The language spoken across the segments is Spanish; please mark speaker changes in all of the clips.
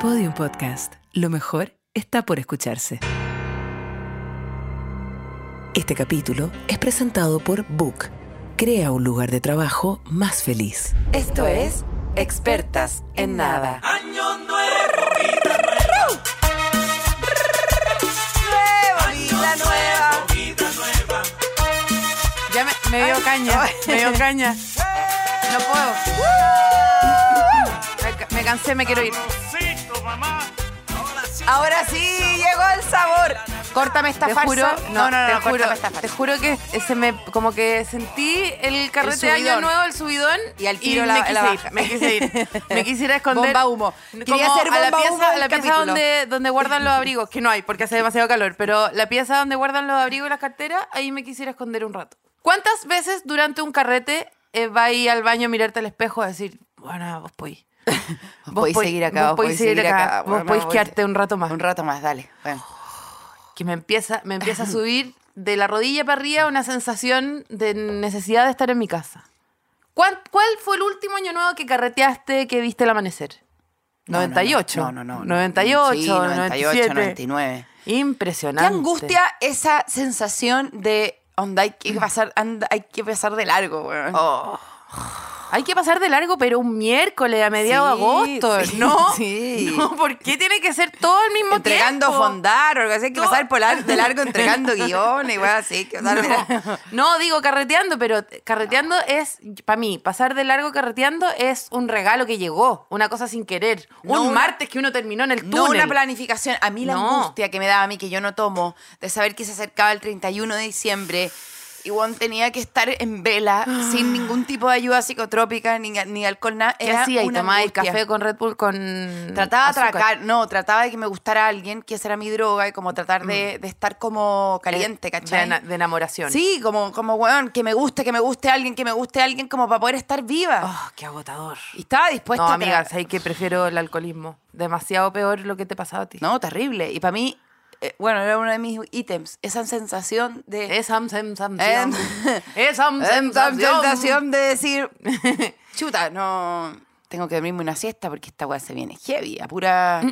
Speaker 1: Podium Podcast. Lo mejor está por escucharse. Este capítulo es presentado por Book. Crea un lugar de trabajo más feliz. Esto es Expertas en Nada.
Speaker 2: Año nuevo, vida nueva.
Speaker 3: nuevo, vida
Speaker 2: Año
Speaker 3: nueva.
Speaker 2: nuevo, vida nueva.
Speaker 3: Ya me, me dio caña, me dio caña. No puedo. Me ca- Me cansé, me quiero ir.
Speaker 2: Rosito, mamá. Ahora sí.
Speaker 3: Ahora sí, llegó el sabor. Córtame esta
Speaker 4: Te
Speaker 3: farsa.
Speaker 4: juro, no, no, no,
Speaker 3: te
Speaker 4: córtame
Speaker 3: juro,
Speaker 4: esta farsa.
Speaker 3: te juro que eh, se me como que sentí el carrete de año
Speaker 4: subidón.
Speaker 3: nuevo, el subidón
Speaker 4: Y al tiro
Speaker 3: me
Speaker 4: la-
Speaker 3: quise
Speaker 4: la
Speaker 3: ir,
Speaker 4: baja.
Speaker 3: me quise ir. Me quise ir a esconder.
Speaker 4: Bomba humo. Quería
Speaker 3: como
Speaker 4: hacer
Speaker 3: a la
Speaker 4: bomba
Speaker 3: pieza,
Speaker 4: humo un
Speaker 3: la pieza
Speaker 4: capítulo.
Speaker 3: donde donde guardan los abrigos, que no hay porque hace demasiado calor, pero la pieza donde guardan los abrigos y las carteras, ahí me quisiera esconder un rato. ¿Cuántas veces durante un carrete eh, vas ahí al baño a mirarte al espejo y decir, bueno, vos podís
Speaker 4: Vos podéis seguir acá,
Speaker 3: vos podéis seguir acá, vos
Speaker 4: bueno,
Speaker 3: podéis
Speaker 4: voy-
Speaker 3: quedarte un rato más.
Speaker 4: Un rato más, dale. Bueno.
Speaker 3: que me empieza, me empieza a subir de la rodilla para arriba una sensación de necesidad de estar en mi casa. ¿Cuál, cuál fue el último año nuevo que carreteaste, que viste el amanecer? 98.
Speaker 4: No, no, no. no.
Speaker 3: 98,
Speaker 4: Sí, 98,
Speaker 3: 97.
Speaker 4: 99. Qué
Speaker 3: Impresionante.
Speaker 4: angustia esa sensación de onda, hay que pasar, anda, hay que pasar de largo, weón.
Speaker 3: Oh. Hay que pasar de largo, pero un miércoles a mediados
Speaker 4: Sí,
Speaker 3: de agosto.
Speaker 4: sí,
Speaker 3: no,
Speaker 4: sí.
Speaker 3: no, ¿por qué tiene que ser todo al mismo
Speaker 4: entregando
Speaker 3: tiempo?
Speaker 4: fondar o algo así, hay que
Speaker 3: No.
Speaker 4: pasar por lar- de largo entregando guiones, weón, así, que pasar de largo.
Speaker 3: No, digo carreteando, pero carreteando es, para mí, pasar de largo carreteando es un regalo que llegó, una cosa sin querer.
Speaker 4: No
Speaker 3: un
Speaker 4: una-
Speaker 3: martes que uno terminó en el túnel.
Speaker 4: No una planificación. A mí la
Speaker 3: No.
Speaker 4: angustia que me daba a mí, que yo no tomo, de saber que se acercaba el 31 de diciembre y Juan tenía que estar en vela sin ningún tipo de ayuda psicotrópica ni, ni alcohol, nada.
Speaker 3: ¿Qué
Speaker 4: Era
Speaker 3: hacía? Y
Speaker 4: una
Speaker 3: tomaba el
Speaker 4: angustia.
Speaker 3: café con Red Bull con
Speaker 4: Trataba de
Speaker 3: azúcar.
Speaker 4: atracar, no, trataba de que me gustara alguien, que esa era mi droga, y como tratar de, de estar como
Speaker 3: Mm.
Speaker 4: caliente,
Speaker 3: Eh,
Speaker 4: ¿cachai?
Speaker 3: De, ena- de enamoración.
Speaker 4: Sí, como, como, weón, que me guste, que me guste alguien, que me guste alguien, como para poder estar viva.
Speaker 3: Oh, qué agotador.
Speaker 4: Y estaba dispuesta
Speaker 3: No,
Speaker 4: a
Speaker 3: amiga,
Speaker 4: Pues tra-
Speaker 3: sabes que prefiero el alcoholismo. Demasiado peor lo que te pasaba a ti.
Speaker 4: No, terrible. Y para mí, eh, bueno, era uno de mis ítems, esa sensación de...
Speaker 3: Es sam, sam, sam, sam.
Speaker 4: Em.
Speaker 3: Es sam,
Speaker 4: esa
Speaker 3: sam, sam, sam.
Speaker 4: sensación de decir, chuta, no, tengo que dormirme una siesta porque esta weá se viene heavy, a pura...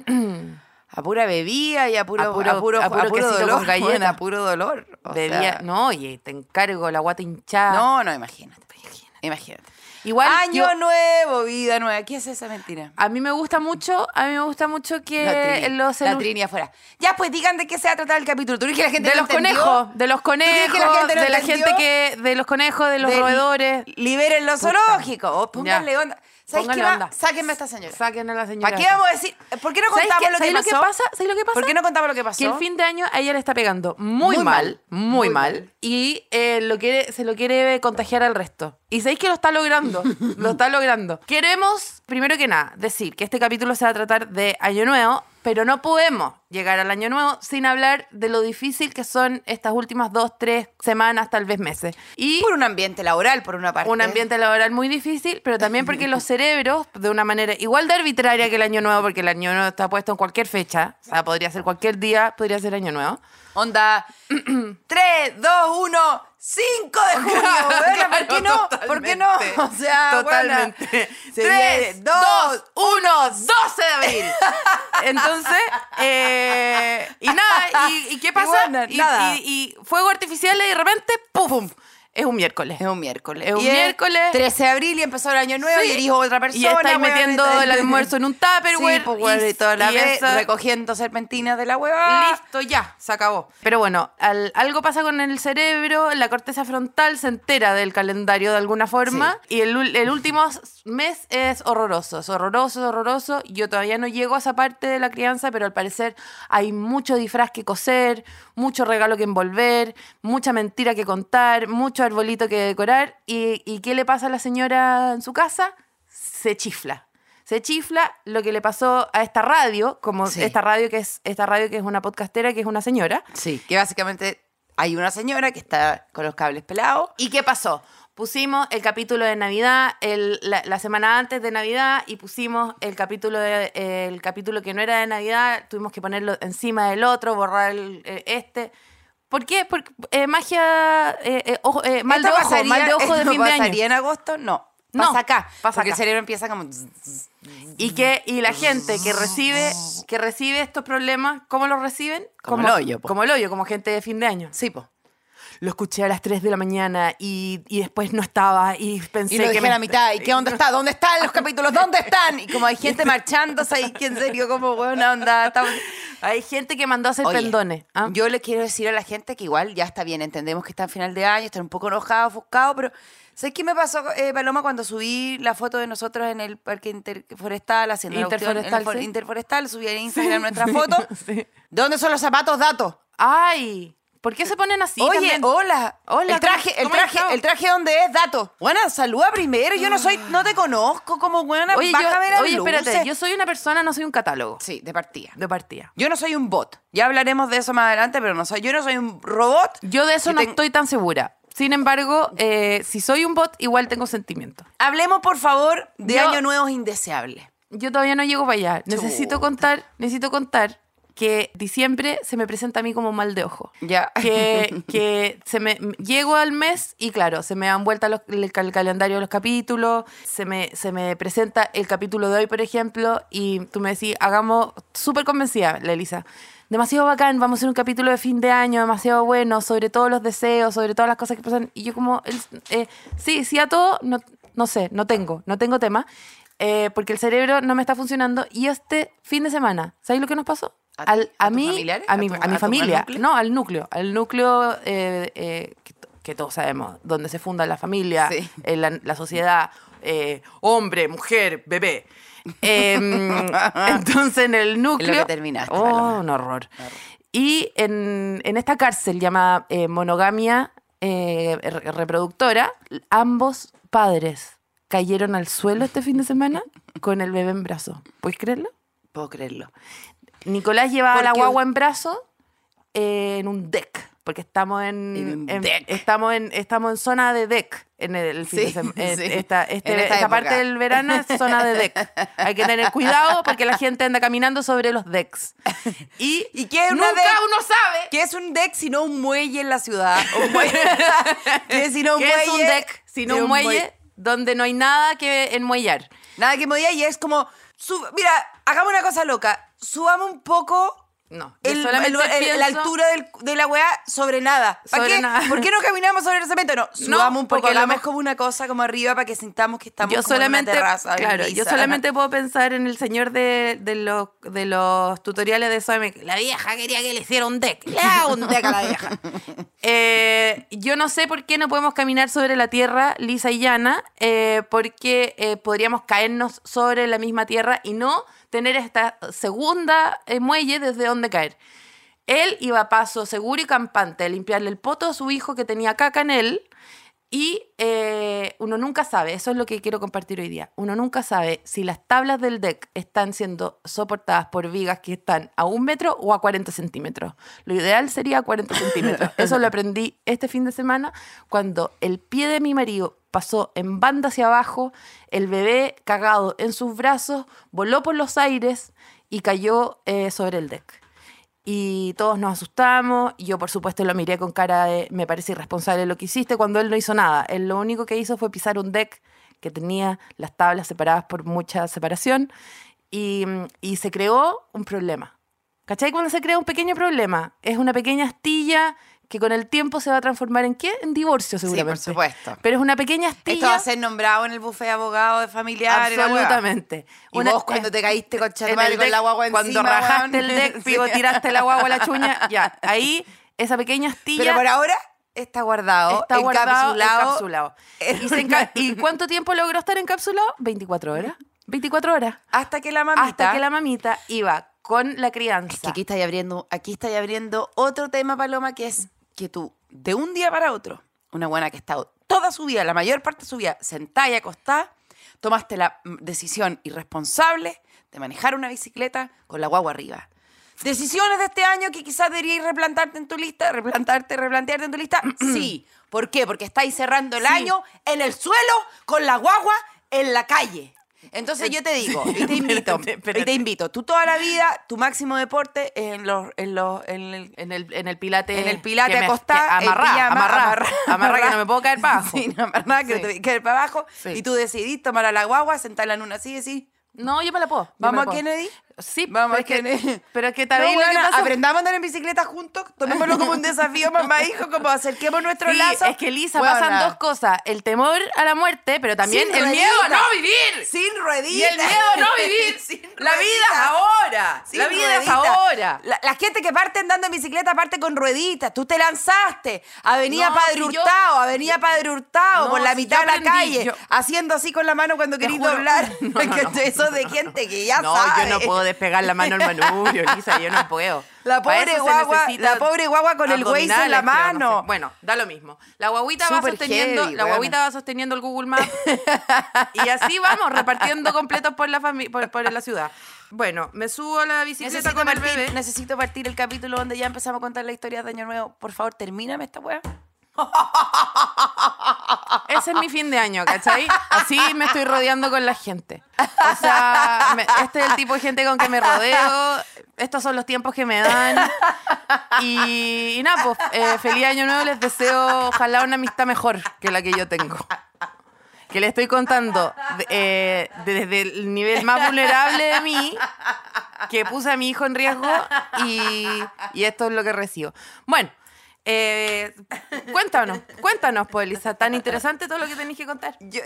Speaker 4: A pura bebida y a puro,
Speaker 3: A puro- a puro quesito con
Speaker 4: dolor,
Speaker 3: galleta.
Speaker 4: weón, a puro dolor. O
Speaker 3: Bebía-
Speaker 4: sea,
Speaker 3: No, y te encargo la guata hinchada.
Speaker 4: no, no, imagínate, imagínate.
Speaker 3: Igual
Speaker 4: Año
Speaker 3: yo-
Speaker 4: nuevo, vida nueva. ¿Qué es esa mentira?
Speaker 3: A mí me gusta mucho, a mí me gusta mucho
Speaker 4: La
Speaker 3: que
Speaker 4: trini,
Speaker 3: Eh, los
Speaker 4: la
Speaker 3: celu-
Speaker 4: trini afuera. Ya, pues digan de qué se va a tratar el capítulo. ¿Tú crees que la gente
Speaker 3: de
Speaker 4: no
Speaker 3: los
Speaker 4: entendió?
Speaker 3: conejos, de los
Speaker 4: crees
Speaker 3: conejos,
Speaker 4: que la gente no
Speaker 3: de la
Speaker 4: entendió?
Speaker 3: gente que de los conejos, de los
Speaker 4: Del-
Speaker 3: roedores.
Speaker 4: Liberen los
Speaker 3: Puta.
Speaker 4: zoológicos. O pónganle
Speaker 3: Ya.
Speaker 4: onda. ¿Sabes qué
Speaker 3: Pónganle
Speaker 4: va?
Speaker 3: onda.
Speaker 4: Sáquenme a esta señora.
Speaker 3: Sáquenme a la señora.
Speaker 4: ¿Para qué vamos a decir? ¿Por qué no
Speaker 3: ¿Sabes
Speaker 4: contamos
Speaker 3: qué-
Speaker 4: lo que
Speaker 3: sabes
Speaker 4: pasó?
Speaker 3: pasa? ¿Sabes lo que pasa?
Speaker 4: ¿Por qué no contamos lo que pasó?
Speaker 3: Que el fin de año a ella le está pegando muy, mal,
Speaker 4: Muy mal,
Speaker 3: muy
Speaker 4: muy
Speaker 3: mal,
Speaker 4: mal.
Speaker 3: y eh, lo quiere, se lo quiere contagiar al resto. Y sabéis que lo está logrando, lo está logrando. Queremos, primero que nada, decir que este capítulo se va a tratar de Año Nuevo, pero no podemos llegar al Año Nuevo sin hablar de lo difícil que son estas últimas dos, tres semanas, tal vez meses. Y
Speaker 4: Por un ambiente laboral, por una parte.
Speaker 3: un ambiente laboral muy difícil, pero también porque los cerebros, de una manera igual de arbitraria que el año nuevo, porque el año nuevo está puesto en cualquier fecha, o sea, podría ser cualquier día, podría ser año nuevo.
Speaker 4: Onda 3, 2, 1, 5 de junio. weona, ¿Por qué no? ¿Por qué no? O sea,
Speaker 3: totalmente. 3, 2, 1, 12 de abril. Entonces, eh, y nada, ¿y, y qué pasa?
Speaker 4: Y bueno, nada.
Speaker 3: y- y fuego artificial y de repente, ¡pum! Es un miércoles.
Speaker 4: Es un miércoles.
Speaker 3: Es un
Speaker 4: Y
Speaker 3: miércoles.
Speaker 4: 13 de abril y empezó el año nuevo
Speaker 3: Sí.
Speaker 4: y eres otra persona.
Speaker 3: Y estáis
Speaker 4: weón,
Speaker 3: metiendo
Speaker 4: y estáis-
Speaker 3: el almuerzo en un tupperware.
Speaker 4: Sí, pues, weón, y toda la
Speaker 3: y
Speaker 4: vez
Speaker 3: esa-
Speaker 4: recogiendo serpentinas de la hueva.
Speaker 3: Listo, ya, se acabó. Pero bueno, al- algo pasa con el cerebro, la corteza frontal se entera del calendario de alguna forma y el, ul- el último s- mes es horroroso, es horroroso, es horroroso. Yo todavía no llego a esa parte de la crianza, pero al parecer hay mucho disfraz que coser, mucho regalo que envolver, mucha mentira que contar, mucho arbolito que decorar. ¿Y, y qué le pasa a la señora en su casa? Se chifla. Se chifla lo que le pasó a esta radio, como
Speaker 4: Sí.
Speaker 3: esta radio que es esta radio que es una podcastera que es una señora.
Speaker 4: Sí, que básicamente hay una señora que está con los cables pelados.
Speaker 3: ¿Y qué pasó? Pusimos el capítulo de Navidad el- la, la semana antes de Navidad y pusimos el capítulo de- el capítulo que no era de Navidad, tuvimos que ponerlo encima del otro, borrar el- eh, este. ¿Por qué? Porque eh, magia eh, eh, ojo, eh, mal, de
Speaker 4: ¿Esto
Speaker 3: ojo, mal de ojo de
Speaker 4: esto
Speaker 3: fin de año.
Speaker 4: pasaría en agosto? No. Pasa
Speaker 3: No,
Speaker 4: acá.
Speaker 3: pasa
Speaker 4: porque
Speaker 3: acá.
Speaker 4: el cerebro empieza como. zzz, zzz.
Speaker 3: Y que y la gente que recibe que recibe estos problemas, ¿cómo los reciben?
Speaker 4: Como el hoyo, po.
Speaker 3: Como el hoyo, como gente de fin de año.
Speaker 4: Sí, po.
Speaker 3: Lo escuché a las 3 de la mañana y, y después no estaba y pensé
Speaker 4: Y lo
Speaker 3: que
Speaker 4: dejé
Speaker 3: me-
Speaker 4: a la mitad. ¿Y qué onda está? ¿Dónde están los capítulos? ¿Dónde están? Y como hay gente marchándose ahí, que en serio, como buena onda. estamos-
Speaker 3: Hay gente que mandó a hacer
Speaker 4: Oye,
Speaker 3: pendones. ¿ah?
Speaker 4: Yo le quiero decir a la gente que igual ya está bien, entendemos que está en final de año, están un poco enojados, ofuscados, pero ¿sabes qué me pasó, eh, Paloma, cuando subí la foto de nosotros en el parque interforestal, haciendo la cuestión- en el
Speaker 3: Interforestal,
Speaker 4: for-
Speaker 3: sí.
Speaker 4: interforestal, subí en Instagram nuestra
Speaker 3: sí,
Speaker 4: foto?
Speaker 3: sí.
Speaker 4: ¿De dónde son los zapatos? Datos.
Speaker 3: Ay, ¿por qué se ponen así?
Speaker 4: Oye, oh,
Speaker 3: también?
Speaker 4: hola.
Speaker 3: Hola,
Speaker 4: El traje,
Speaker 3: ¿cómo-
Speaker 4: el
Speaker 3: cómo has
Speaker 4: traje,
Speaker 3: estado?
Speaker 4: el traje dónde es, dato. Buena, saluda primero. Yo no soy, no te conozco como buena.
Speaker 3: Oye,
Speaker 4: baja
Speaker 3: yo-
Speaker 4: a ver a
Speaker 3: oye, espérate,
Speaker 4: luces.
Speaker 3: yo soy una persona, no soy un catálogo
Speaker 4: Sí, de partida.
Speaker 3: de partida.
Speaker 4: Yo no soy un bot. Ya hablaremos de eso más adelante, pero no soy, yo no soy un robot.
Speaker 3: Yo de eso
Speaker 4: Yo
Speaker 3: no
Speaker 4: tengo-
Speaker 3: estoy tan segura. Sin embargo, eh, si soy un bot, igual tengo sentimientos.
Speaker 4: Hablemos, por favor, de
Speaker 3: Yo-
Speaker 4: año nuevos indeseables.
Speaker 3: Yo todavía no llego para allá. Necesito
Speaker 4: Chuta.
Speaker 3: contar, necesito contar que diciembre se me presenta a mí como un mal de ojo.
Speaker 4: Ya.
Speaker 3: Que, que se me llego al mes y claro, se me dan vuelta los- el, cal- calendario de los capítulos, se me, se me presenta el capítulo de hoy, por ejemplo, y tú me decís, hagamos, súper convencida, la Elisa, demasiado bacán, vamos a hacer un capítulo de fin de año, demasiado bueno, sobre todos los deseos, sobre todas las cosas que pasan. Y yo como, el- eh, sí, sí a todo, no, no sé, no tengo, no tengo tema. eh, porque el cerebro no me está funcionando y este fin de semana, ¿sabéis lo que nos pasó?
Speaker 4: ¿A ti?
Speaker 3: Al- a,
Speaker 4: ¿A tus
Speaker 3: mí,
Speaker 4: familiares?
Speaker 3: a
Speaker 4: ¿A
Speaker 3: mi,
Speaker 4: tu-
Speaker 3: a mi
Speaker 4: a tu
Speaker 3: familia,
Speaker 4: núcleo?
Speaker 3: no, al núcleo, al núcleo eh, eh, que, to- que todos sabemos, donde se funda la familia,
Speaker 4: Sí.
Speaker 3: eh, la, la sociedad, eh, hombre, mujer, bebé. Em, entonces en el núcleo...
Speaker 4: que terminaste,
Speaker 3: Oh,
Speaker 4: Paloma.
Speaker 3: un horror. Y en, en esta cárcel llamada eh, monogamia eh, re- reproductora, ambos padres cayeron al suelo este fin de semana con el bebé en brazo. ¿Puedes creerlo?
Speaker 4: Puedo creerlo.
Speaker 3: Nicolás llevaba la
Speaker 4: Porque-
Speaker 3: guagua en brazo eh, en un deck, porque estamos en,
Speaker 4: En un
Speaker 3: en-
Speaker 4: deck.
Speaker 3: estamos en estamos en zona de deck en el, fin de
Speaker 4: Sí,
Speaker 3: sem- en
Speaker 4: sí.
Speaker 3: esta, este-
Speaker 4: En
Speaker 3: esta
Speaker 4: esta época.
Speaker 3: parte del verano es zona de deck. Hay que tener cuidado porque la gente anda caminando sobre los decks. Y,
Speaker 4: ¿Y qué es una
Speaker 3: nunca
Speaker 4: deck?
Speaker 3: uno sabe
Speaker 4: ¿Qué es un deck sino un muelle en la ciudad? Un muelle. ¿Qué es sino un
Speaker 3: qué
Speaker 4: muelle?
Speaker 3: es un deck, sino
Speaker 4: de
Speaker 3: un muelle, donde no hay nada que enmuellar.
Speaker 4: Nada que moría y es como, sub- mira, hagamos una cosa loca. Subamos un poco
Speaker 3: No, yo
Speaker 4: el-
Speaker 3: solamente
Speaker 4: el- el- la
Speaker 3: pienso-
Speaker 4: altura del- de la weá sobre nada. ¿Para
Speaker 3: Sobre
Speaker 4: qué?
Speaker 3: nada.
Speaker 4: ¿Por qué no caminamos sobre el cemento? No, subamos un poco,
Speaker 3: porque lo
Speaker 4: hagamos
Speaker 3: mej-
Speaker 4: como una cosa como arriba para que sintamos que estamos
Speaker 3: yo
Speaker 4: como
Speaker 3: solamente,
Speaker 4: en una terraza.
Speaker 3: claro, yo
Speaker 4: lisa.
Speaker 3: solamente puedo pensar en el señor de, de los, de los tutoriales de Soeme. La vieja quería que le hiciera un deck. Le hago un deck a la vieja. Eh, yo no sé por qué no podemos caminar sobre la tierra lisa y llana, eh, porque eh, podríamos caernos sobre la misma tierra y no tener esta segunda eh, muelle desde donde caer. Él iba a paso seguro y campante a limpiarle el poto a su hijo que tenía caca en él. Y eh, uno nunca sabe, eso es lo que quiero compartir hoy día, uno nunca sabe si las tablas del deck están siendo soportadas por vigas que están a un metro o a 40 centímetros. Lo ideal sería a 40 centímetros. Eso lo aprendí este fin de semana cuando el pie de mi marido pasó en banda hacia abajo, el bebé cagado en sus brazos, voló por los aires y cayó eh, sobre el deck. Y todos nos asustamos. y Yo, por supuesto, lo miré con cara de me parece irresponsable lo que hiciste cuando él no hizo nada. Él lo único que hizo fue pisar un deck que tenía las tablas separadas por mucha separación y, y se creó un problema. ¿Cachai? Cuando se crea un pequeño problema, es una pequeña astilla que con el tiempo se va a transformar en qué? En divorcio,
Speaker 4: Sí, por
Speaker 3: seguramente.
Speaker 4: supuesto.
Speaker 3: Pero es una pequeña
Speaker 4: Esto va
Speaker 3: astilla.
Speaker 4: a ser nombrado en el buffet de abogados de familiares. la weá.
Speaker 3: absolutamente.
Speaker 4: Y
Speaker 3: Una-
Speaker 4: vos cuando te caíste con
Speaker 3: en el
Speaker 4: con
Speaker 3: deck,
Speaker 4: la guagua encima,
Speaker 3: Cuando rajaste
Speaker 4: weón.
Speaker 3: el deck,
Speaker 4: Sí.
Speaker 3: tiraste la guagua a la chuña, ya. Ahí, esa pequeña astilla
Speaker 4: Pero por ahora está guardado,
Speaker 3: está guardado,
Speaker 4: encapsulado.
Speaker 3: encapsulado. ¿Y, se enca- ¿Y cuánto tiempo logró estar encapsulado? 24 horas. 24 horas.
Speaker 4: Hasta que la mamita.
Speaker 3: Hasta que la mamita iba con la crianza.
Speaker 4: Que aquí estáis abriendo, aquí estáis abriendo otro tema, Paloma, que es que tú, de un día para otro, una buena que ha estado toda su vida, la mayor parte de su vida, sentada y acostada, tomaste la mm, decisión irresponsable de manejar una bicicleta con la guagua arriba. Decisiones de este año que quizás deberías replantarte en tu lista, replantarte, replantearte en tu lista. Sí. ¿Por qué? Porque estáis cerrando el
Speaker 3: Sí.
Speaker 4: año en el suelo con la guagua en la calle. Entonces yo te digo, y te invito,
Speaker 3: Espérate,
Speaker 4: y
Speaker 3: espérate.
Speaker 4: te invito, tú toda la vida, tu máximo deporte es en los, en los, en el,
Speaker 3: En el, en el pilate.
Speaker 4: en el pilate
Speaker 3: Eh, que me- que
Speaker 4: acostada,
Speaker 3: Amarrá,
Speaker 4: amarrar
Speaker 3: amarrá, amarrá, que no me puedo caer para abajo.
Speaker 4: Sí, no, amarrá, que
Speaker 3: Sí.
Speaker 4: no te caer para abajo.
Speaker 3: Sí.
Speaker 4: Y tú decidís tomar a la guagua, sentarla en una así, decís,
Speaker 3: No, yo me la puedo. yo me la
Speaker 4: ¿vamos a
Speaker 3: puedo.
Speaker 4: Kennedy?
Speaker 3: Sí, pero
Speaker 4: Vamos a
Speaker 3: es que-
Speaker 4: Kennedy.
Speaker 3: Pero es que
Speaker 4: No,
Speaker 3: también lo que
Speaker 4: weona,
Speaker 3: pasa-
Speaker 4: Aprendamos a andar en bicicleta juntos, tomémoslo como un desafío mamá-hijo, como acerquemos nuestro
Speaker 3: Sí,
Speaker 4: lazo.
Speaker 3: Es que Lisa
Speaker 4: Weona,
Speaker 3: pasan dos cosas: el temor a la muerte, pero también
Speaker 4: Sin
Speaker 3: el
Speaker 4: ruedita.
Speaker 3: miedo a no vivir.
Speaker 4: Sin rueditas.
Speaker 3: Y el miedo a no vivir.
Speaker 4: Sin
Speaker 3: la vida es
Speaker 4: rueditas.
Speaker 3: ahora.
Speaker 4: Sin
Speaker 3: la vida es
Speaker 4: rueditas.
Speaker 3: ahora.
Speaker 4: La, la gente que parte andando en bicicleta parte con rueditas. Tú te lanzaste. Avenida
Speaker 3: No,
Speaker 4: Padre
Speaker 3: si yo-
Speaker 4: Hurtado, Avenida Padre Hurtado,
Speaker 3: No,
Speaker 4: por la
Speaker 3: si
Speaker 4: mitad
Speaker 3: yo
Speaker 4: de la
Speaker 3: aprendí,
Speaker 4: calle,
Speaker 3: yo-
Speaker 4: haciendo así con la mano cuando querís
Speaker 3: juro.
Speaker 4: doblar.
Speaker 3: No, no, no.
Speaker 4: Eso de gente que ya
Speaker 3: no,
Speaker 4: sabe.
Speaker 3: yo no puedo despegar la mano al manubrio, Lisa, yo no puedo.
Speaker 4: La
Speaker 3: Para
Speaker 4: pobre
Speaker 3: eso se
Speaker 4: guagua-
Speaker 3: necesita
Speaker 4: la pobre guagua con el Waze en la
Speaker 3: abdominales, creo, no
Speaker 4: mano.
Speaker 3: sé. Bueno, da lo mismo. La guaguita va
Speaker 4: Súper
Speaker 3: sosteniendo,
Speaker 4: heavy,
Speaker 3: la
Speaker 4: weona.
Speaker 3: guaguita va sosteniendo el Google Maps y así vamos repartiendo completos por la fami- por, por la ciudad. Bueno, me subo a la bicicleta
Speaker 4: Necesito
Speaker 3: con el
Speaker 4: partir,
Speaker 3: bebé.
Speaker 4: necesito partir el capítulo donde ya empezamos a contar la historia de Año Nuevo. Por favor, termíname esta weá.
Speaker 3: Ese es mi fin de año, ¿cachai? Así me estoy rodeando con la gente. O sea, me- este es el tipo de gente con que me rodeo. Estos son los tiempos que me dan. Y, y nada, pues eh, feliz año nuevo. Les deseo, ojalá, una amistad mejor que la que yo tengo. Que le estoy contando de- eh, desde el nivel más vulnerable de mí, que puse a mi hijo en riesgo, y, y esto es lo que recibo. Bueno, eh, cuéntanos, cuéntanos, pues, Elisa. Tan interesante todo lo que tenéis que contar.
Speaker 4: Yo-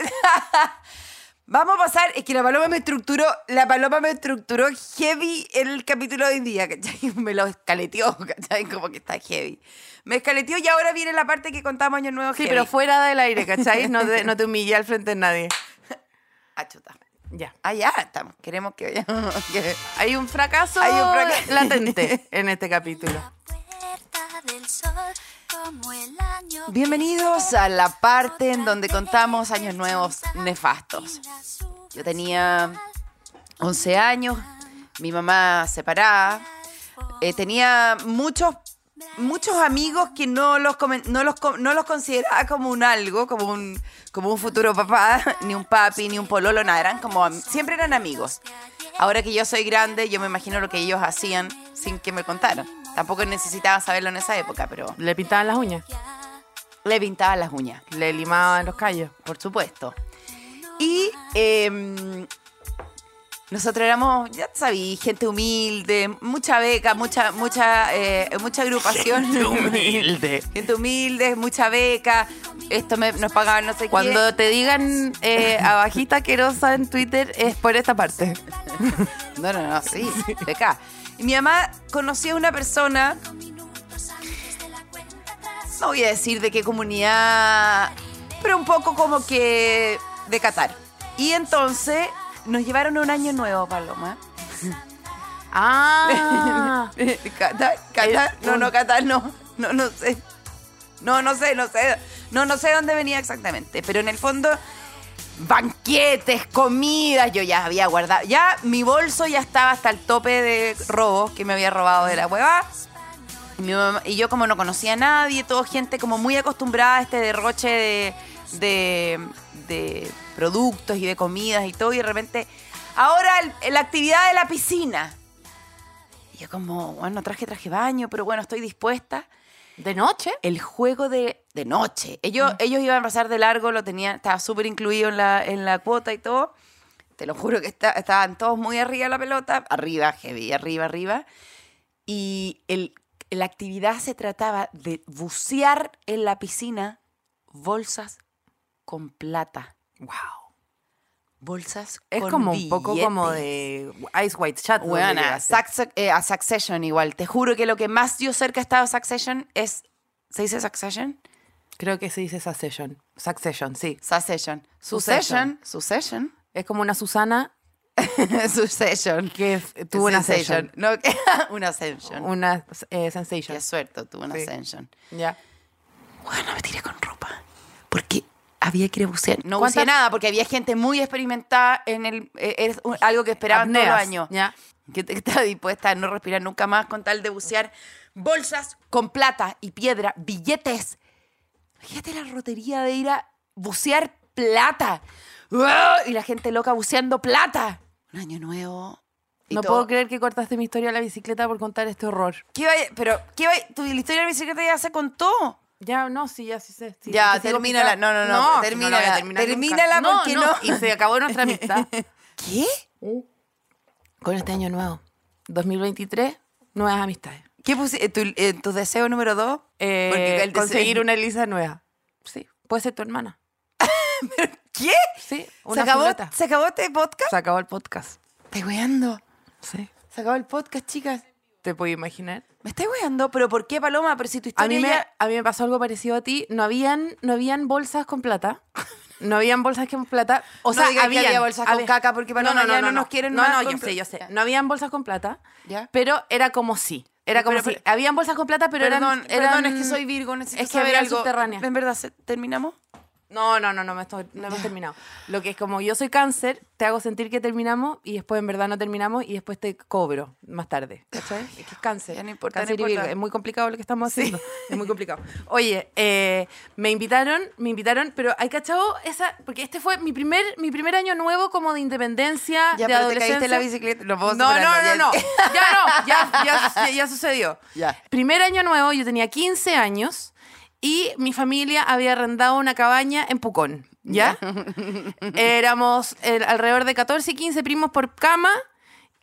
Speaker 4: Vamos a pasar, es que la paloma me estructuró, la paloma me estructuró heavy el capítulo de hoy día, ¿cachai? Me lo escaleteó, ¿cachai? Como que está heavy. Me escaleteó y ahora viene la parte que contamos Año Nuevo
Speaker 3: Sí,
Speaker 4: heavy.
Speaker 3: pero fuera del aire, ¿cachai? No te, no te humillé al frente de nadie.
Speaker 4: Ah, chuta.
Speaker 3: Ya.
Speaker 4: Ah, ya, estamos. Queremos que vayamos. que-
Speaker 3: Hay un fracaso,
Speaker 4: Hay un fracaso.
Speaker 3: latente en este capítulo.
Speaker 5: La puerta del sol, como el año
Speaker 4: Bienvenidos a la parte en donde contamos años nuevos nefastos. Yo tenía 11 años, mi mamá separada, eh, tenía muchos muchos amigos que no los comen- no los co- no los consideraba como un algo, como un como un futuro papá, ni un papi, ni un pololo, nada, eran como am- siempre eran amigos. Ahora que yo soy grande, yo me imagino lo que ellos hacían sin que me contaran. Tampoco necesitaba saberlo en esa época, pero
Speaker 3: Le pintaban las uñas,
Speaker 4: le pintaba las uñas
Speaker 3: le limaban los callos.
Speaker 4: por supuesto. Y eh, nosotros éramos, ya sabí, gente humilde, mucha beca, mucha, mucha, eh, mucha agrupación. Gente humilde. gente humilde, mucha beca. Esto me- nos pagaban no sé
Speaker 3: Cuando
Speaker 4: qué.
Speaker 3: te digan eh, abajita asquerosa en Twitter es por esta parte.
Speaker 4: No, no, no, sí, beca. Y mi mamá conocía a una persona, no voy a decir de qué comunidad, pero un poco como que de Qatar. Y entonces nos llevaron a un año nuevo, Paloma.
Speaker 3: Ah,
Speaker 4: Qatar, Qatar,
Speaker 3: Eh,
Speaker 4: no,
Speaker 3: un-
Speaker 4: no, Qatar, no, no, no sé. No, no sé, no sé. No, no sé dónde venía exactamente, pero en el fondo, banquetes, comidas, yo ya había guardado. Ya mi bolso ya estaba hasta el tope de robos que me había robado de la hueva. Y, mi mamá- y yo como no conocía a nadie, todo gente como muy acostumbrada a este derroche de, de- de productos y de comidas y todo, y de repente, ahora el- la actividad de la piscina. Y yo como, bueno, traje traje baño, pero bueno, estoy dispuesta.
Speaker 3: de noche. Mm.
Speaker 4: El juego de, de noche. Ellos, ellos iban a pasar de largo, lo tenían, estaba súper incluido en la, en la cuota y todo. Te lo juro que esta- estaban todos muy arriba de la pelota. Arriba, heavy, arriba, arriba. Y el, la actividad se trataba de bucear en la piscina bolsas con plata.
Speaker 3: Wow.
Speaker 4: Bolsas
Speaker 3: Es
Speaker 4: con
Speaker 3: como un poco como
Speaker 4: billetes.
Speaker 3: de Ice White Chat. donde
Speaker 4: Buena,
Speaker 3: llegaste.
Speaker 4: eh, a Succession igual. Te juro que lo que más yo cerca he estado a Succession es... ¿Se dice Succession?
Speaker 3: Creo que se dice Succession. Succession, sí.
Speaker 4: Succession.
Speaker 3: Succession.
Speaker 4: Succession. Succession.
Speaker 3: Es como una Susana
Speaker 4: Succession.
Speaker 3: que f- tuvo una
Speaker 4: Succession.
Speaker 3: session.
Speaker 4: No, que- una Ascension.
Speaker 3: Una eh, sensation.
Speaker 4: Qué suerte tuvo una
Speaker 3: Sí.
Speaker 4: Ascension.
Speaker 3: Ya.
Speaker 4: Bueno, me tiré con ropa. Porque había que ir a bucear. No
Speaker 3: ¿Cuántas-
Speaker 4: buceé nada porque había gente muy experimentada en el... eh, es un- algo que esperaban todo el
Speaker 3: Apneas,
Speaker 4: año.
Speaker 3: Ya.
Speaker 4: que te- que estaba dispuesta a no respirar nunca más con tal de bucear bolsas con plata y piedra, billetes. Fíjate la rotería de ir a bucear plata. ¡Uah! Y la gente loca buceando plata. Un año nuevo. y
Speaker 3: No
Speaker 4: todo.
Speaker 3: puedo creer que cortaste mi historia a la bicicleta por contar este horror.
Speaker 4: ¿Qué vaya- pero, ¿qué vaya- tu historia de la bicicleta ya se contó.
Speaker 3: Ya, no, sí, ya sí sé. sí,
Speaker 4: Ya,
Speaker 3: te sigo
Speaker 4: termínala.
Speaker 3: picada.
Speaker 4: No, no, no,
Speaker 3: que
Speaker 4: termínala.
Speaker 3: la voy a terminar nunca.
Speaker 4: Termínala porque no.
Speaker 3: Y se acabó nuestra amistad.
Speaker 4: ¿Qué?
Speaker 3: Con este año nuevo, 2023, nuevas amistades.
Speaker 4: ¿Qué puse? eh, tu, eh, tu deseo número dos?
Speaker 3: Eh,
Speaker 4: Porque el deseo-
Speaker 3: conseguir una Elisa nueva. Sí, puede ser tu hermana.
Speaker 4: ¿Qué?
Speaker 3: Sí,
Speaker 4: ¿Se
Speaker 3: una
Speaker 4: acabó,
Speaker 3: silueta.
Speaker 4: ¿Se acabó este podcast?
Speaker 3: Se acabó el podcast.
Speaker 4: Estoy weando.
Speaker 3: Sí.
Speaker 4: Se acabó el podcast, chicas.
Speaker 3: ¿Te puedo imaginar?
Speaker 4: Me estoy weando, pero ¿por qué, Paloma? Pero si tu historia
Speaker 3: A mí, me,
Speaker 4: ya-
Speaker 3: a mí me pasó algo parecido a ti. No habían, no habían bolsas con plata. No habían bolsas con plata. O
Speaker 4: No
Speaker 3: sea,
Speaker 4: digas que
Speaker 3: habían,
Speaker 4: había bolsas con
Speaker 3: había-
Speaker 4: caca, porque Paloma ya no nos quieren
Speaker 3: No,
Speaker 4: más
Speaker 3: no,
Speaker 4: con
Speaker 3: yo
Speaker 4: pla-
Speaker 3: sé, yo sé.
Speaker 4: Ya.
Speaker 3: No habían bolsas con plata,
Speaker 4: Ya.
Speaker 3: pero era como sí. Era como
Speaker 4: Pero,
Speaker 3: si.
Speaker 4: pero-
Speaker 3: habían bolsas con plata, pero
Speaker 4: perdón,
Speaker 3: eran, eran...
Speaker 4: perdón, es que soy Virgo, necesito
Speaker 3: es que
Speaker 4: saber
Speaker 3: eran
Speaker 4: algo.
Speaker 3: subterráneas.
Speaker 4: ¿En verdad se- terminamos?
Speaker 3: No, no, no, no, me estoy- no hemos terminado. Lo que es como yo soy cáncer, te hago sentir que terminamos y después en verdad no terminamos y después te cobro más tarde. ¿Cachai? Es que es cáncer.
Speaker 4: Ya no importa,
Speaker 3: Cáncer
Speaker 4: no
Speaker 3: y
Speaker 4: importa.
Speaker 3: Virgo. Es muy complicado lo que estamos haciendo. Es muy complicado. Oye, eh, me invitaron, me invitaron, pero hay cachado esa. Porque este fue mi primer, mi primer año nuevo como de independencia,
Speaker 4: Ya,
Speaker 3: de
Speaker 4: pero te caíste
Speaker 3: adolescencia.
Speaker 4: en la bicicleta. Lo puedo
Speaker 3: no, no,
Speaker 4: superar,
Speaker 3: no,
Speaker 4: ya.
Speaker 3: no. Ya no, ya, ya, ya sucedió.
Speaker 4: Ya.
Speaker 3: Primer año nuevo, yo tenía 15 años y mi familia había arrendado una cabaña en Pucón, ¿ya? Éramos eh, alrededor de 14 y 15 primos por cama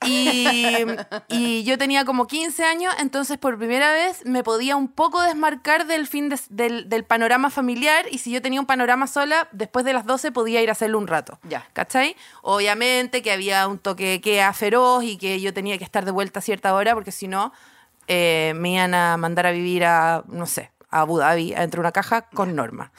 Speaker 3: y, y yo tenía como 15 años, entonces por primera vez me podía un poco desmarcar del fin de- del, del panorama familiar y si yo tenía un panorama sola, después de las 12 podía ir a hacerlo un rato.
Speaker 4: Ya.
Speaker 3: ¿Cachai? Obviamente que había un toque de queda feroz y que yo tenía que estar de vuelta a cierta hora porque si no eh, me iban a mandar a vivir a, no sé, a Abu Dhabi, dentro de una caja con norma.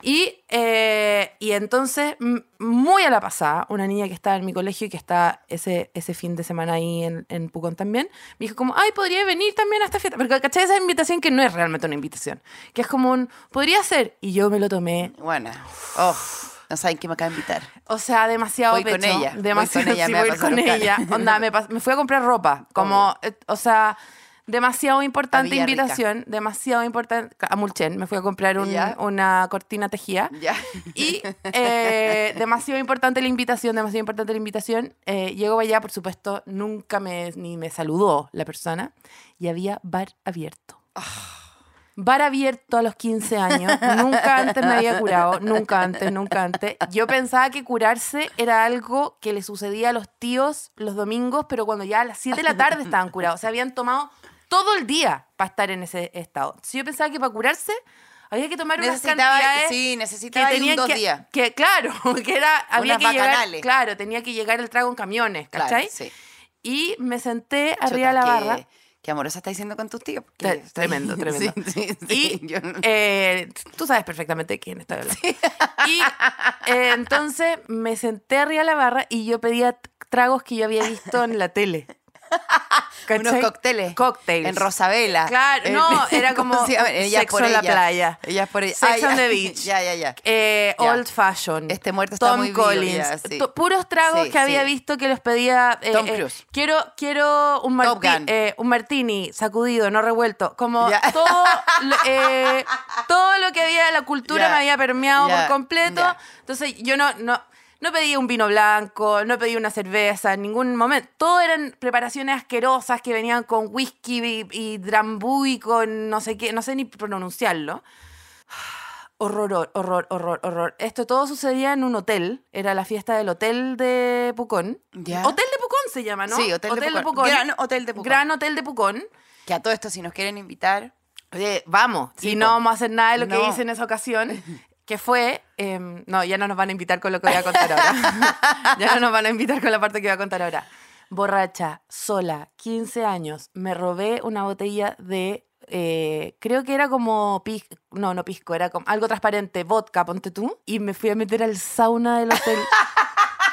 Speaker 3: Y, eh, y entonces, m- muy a la pasada, una niña que estaba en mi colegio y que está ese, ese fin de semana ahí en, en Pucón también, me dijo como, ay, podría venir también a esta fiesta. Porque, ¿cachai? Esa invitación que no es realmente una invitación, que es como un, podría ser. Y yo me lo tomé
Speaker 4: Bueno. Oh, no saben qué me acaba de invitar.
Speaker 3: o sea, demasiado
Speaker 4: Voy con
Speaker 3: pecho,
Speaker 4: ella, voy
Speaker 3: Demasiado,
Speaker 4: con ella,
Speaker 3: sí,
Speaker 4: me va
Speaker 3: voy
Speaker 4: a pasar
Speaker 3: con
Speaker 4: Oscar.
Speaker 3: ella. Onda, me, pas- me fui a comprar ropa. Como, eh, o sea, demasiado importante
Speaker 4: Villarrica.
Speaker 3: invitación. Demasiado importante. A Mulchen, me fui a comprar un-
Speaker 4: Ya.
Speaker 3: una cortina tejida.
Speaker 4: Ya.
Speaker 3: Y eh, demasiado importante la invitación, demasiado importante la invitación. Eh, llego allá, por supuesto, nunca me, ni me saludó la persona. Y había bar abierto. Bar abierto a los 15 años. Nunca antes me había curado. Nunca antes, nunca antes. Yo pensaba que curarse era algo que le sucedía a los tíos los domingos, pero cuando ya a las 7 de la tarde estaban curados. O sea, habían tomado todo el día para estar en ese estado. Si yo pensaba que para curarse había que tomar unas
Speaker 4: Necesitaba-
Speaker 3: cantidades
Speaker 4: sí, necesitaba ir un dos
Speaker 3: que,
Speaker 4: días.
Speaker 3: que, claro, que era, había
Speaker 4: Unas
Speaker 3: que
Speaker 4: bacanales.
Speaker 3: llegar, claro, tenía que llegar el trago en camiones,
Speaker 4: Claro,
Speaker 3: ¿cachai?
Speaker 4: sí.
Speaker 3: Y me senté arriba de la
Speaker 4: Chuta, qué-
Speaker 3: barra.
Speaker 4: Qué amorosa está diciendo con tus tíos. porque-
Speaker 3: Tre- Tremendo, tremendo.
Speaker 4: Sí, sí, sí,
Speaker 3: y
Speaker 4: yo no-
Speaker 3: eh, tú sabes perfectamente de quién está hablando. Y eh, entonces me senté arriba de la barra y yo pedía t- tragos que yo había visto en la tele.
Speaker 4: unos
Speaker 3: ¿Cachai?
Speaker 4: cócteles.
Speaker 3: Cocktails.
Speaker 4: En Rosabela.
Speaker 3: Claro,
Speaker 4: En-
Speaker 3: no, era
Speaker 4: ¿cómo
Speaker 3: como
Speaker 4: se llama? En Ellas
Speaker 3: sexo
Speaker 4: por
Speaker 3: en la
Speaker 4: ellas.
Speaker 3: playa.
Speaker 4: Ellas por ellas.
Speaker 3: Sex
Speaker 4: Ay,
Speaker 3: on the
Speaker 4: ay,
Speaker 3: beach.
Speaker 4: Ya, ya, ya.
Speaker 3: Eh,
Speaker 4: Ya.
Speaker 3: Old Fashion.
Speaker 4: Este muerto está
Speaker 3: Tom
Speaker 4: muy vivo
Speaker 3: Collins.
Speaker 4: ya, sí.
Speaker 3: To- Puros tragos
Speaker 4: Sí,
Speaker 3: que había
Speaker 4: sí.
Speaker 3: visto que los pedía. eh,
Speaker 4: Tom
Speaker 3: eh,
Speaker 4: Cruise.
Speaker 3: quiero, quiero un,
Speaker 4: Top
Speaker 3: marti-
Speaker 4: Gun.
Speaker 3: eh, un martini sacudido, no revuelto. Como
Speaker 4: Ya.
Speaker 3: todo, lo, eh, todo lo que había de la cultura
Speaker 4: Ya.
Speaker 3: me había permeado
Speaker 4: Ya.
Speaker 3: por completo.
Speaker 4: Ya.
Speaker 3: Entonces yo no, no, no pedía un vino blanco, no pedía una cerveza en ningún momento. Todo eran preparaciones asquerosas que venían con whisky y, y drambú y con no sé qué, no sé ni pronunciarlo. Horror, hor- horror, horror, horror. Esto todo sucedía en un hotel. Era la fiesta del hotel de Pucón.
Speaker 4: Ya.
Speaker 3: Hotel de Pucón se llama, ¿no?
Speaker 4: Sí, Hotel de Pucón. Gran Hotel de Pucón.
Speaker 3: Gran Hotel de Pucón.
Speaker 4: Que a todo esto, si nos quieren invitar.
Speaker 3: Oye, vamos.
Speaker 4: Sí,
Speaker 3: y
Speaker 4: po.
Speaker 3: no vamos a hacer nada de lo
Speaker 4: No.
Speaker 3: que hice en esa ocasión, que fue. em, no, ya no nos van a invitar con lo que voy a contar ahora. ya no nos van a invitar con la parte que voy a contar ahora. Borracha, sola, 15 años, me robé una botella de. eh, creo que era como pisco, no, no pisco, era como algo transparente, vodka, ponte tú, y me fui a meter al sauna del hotel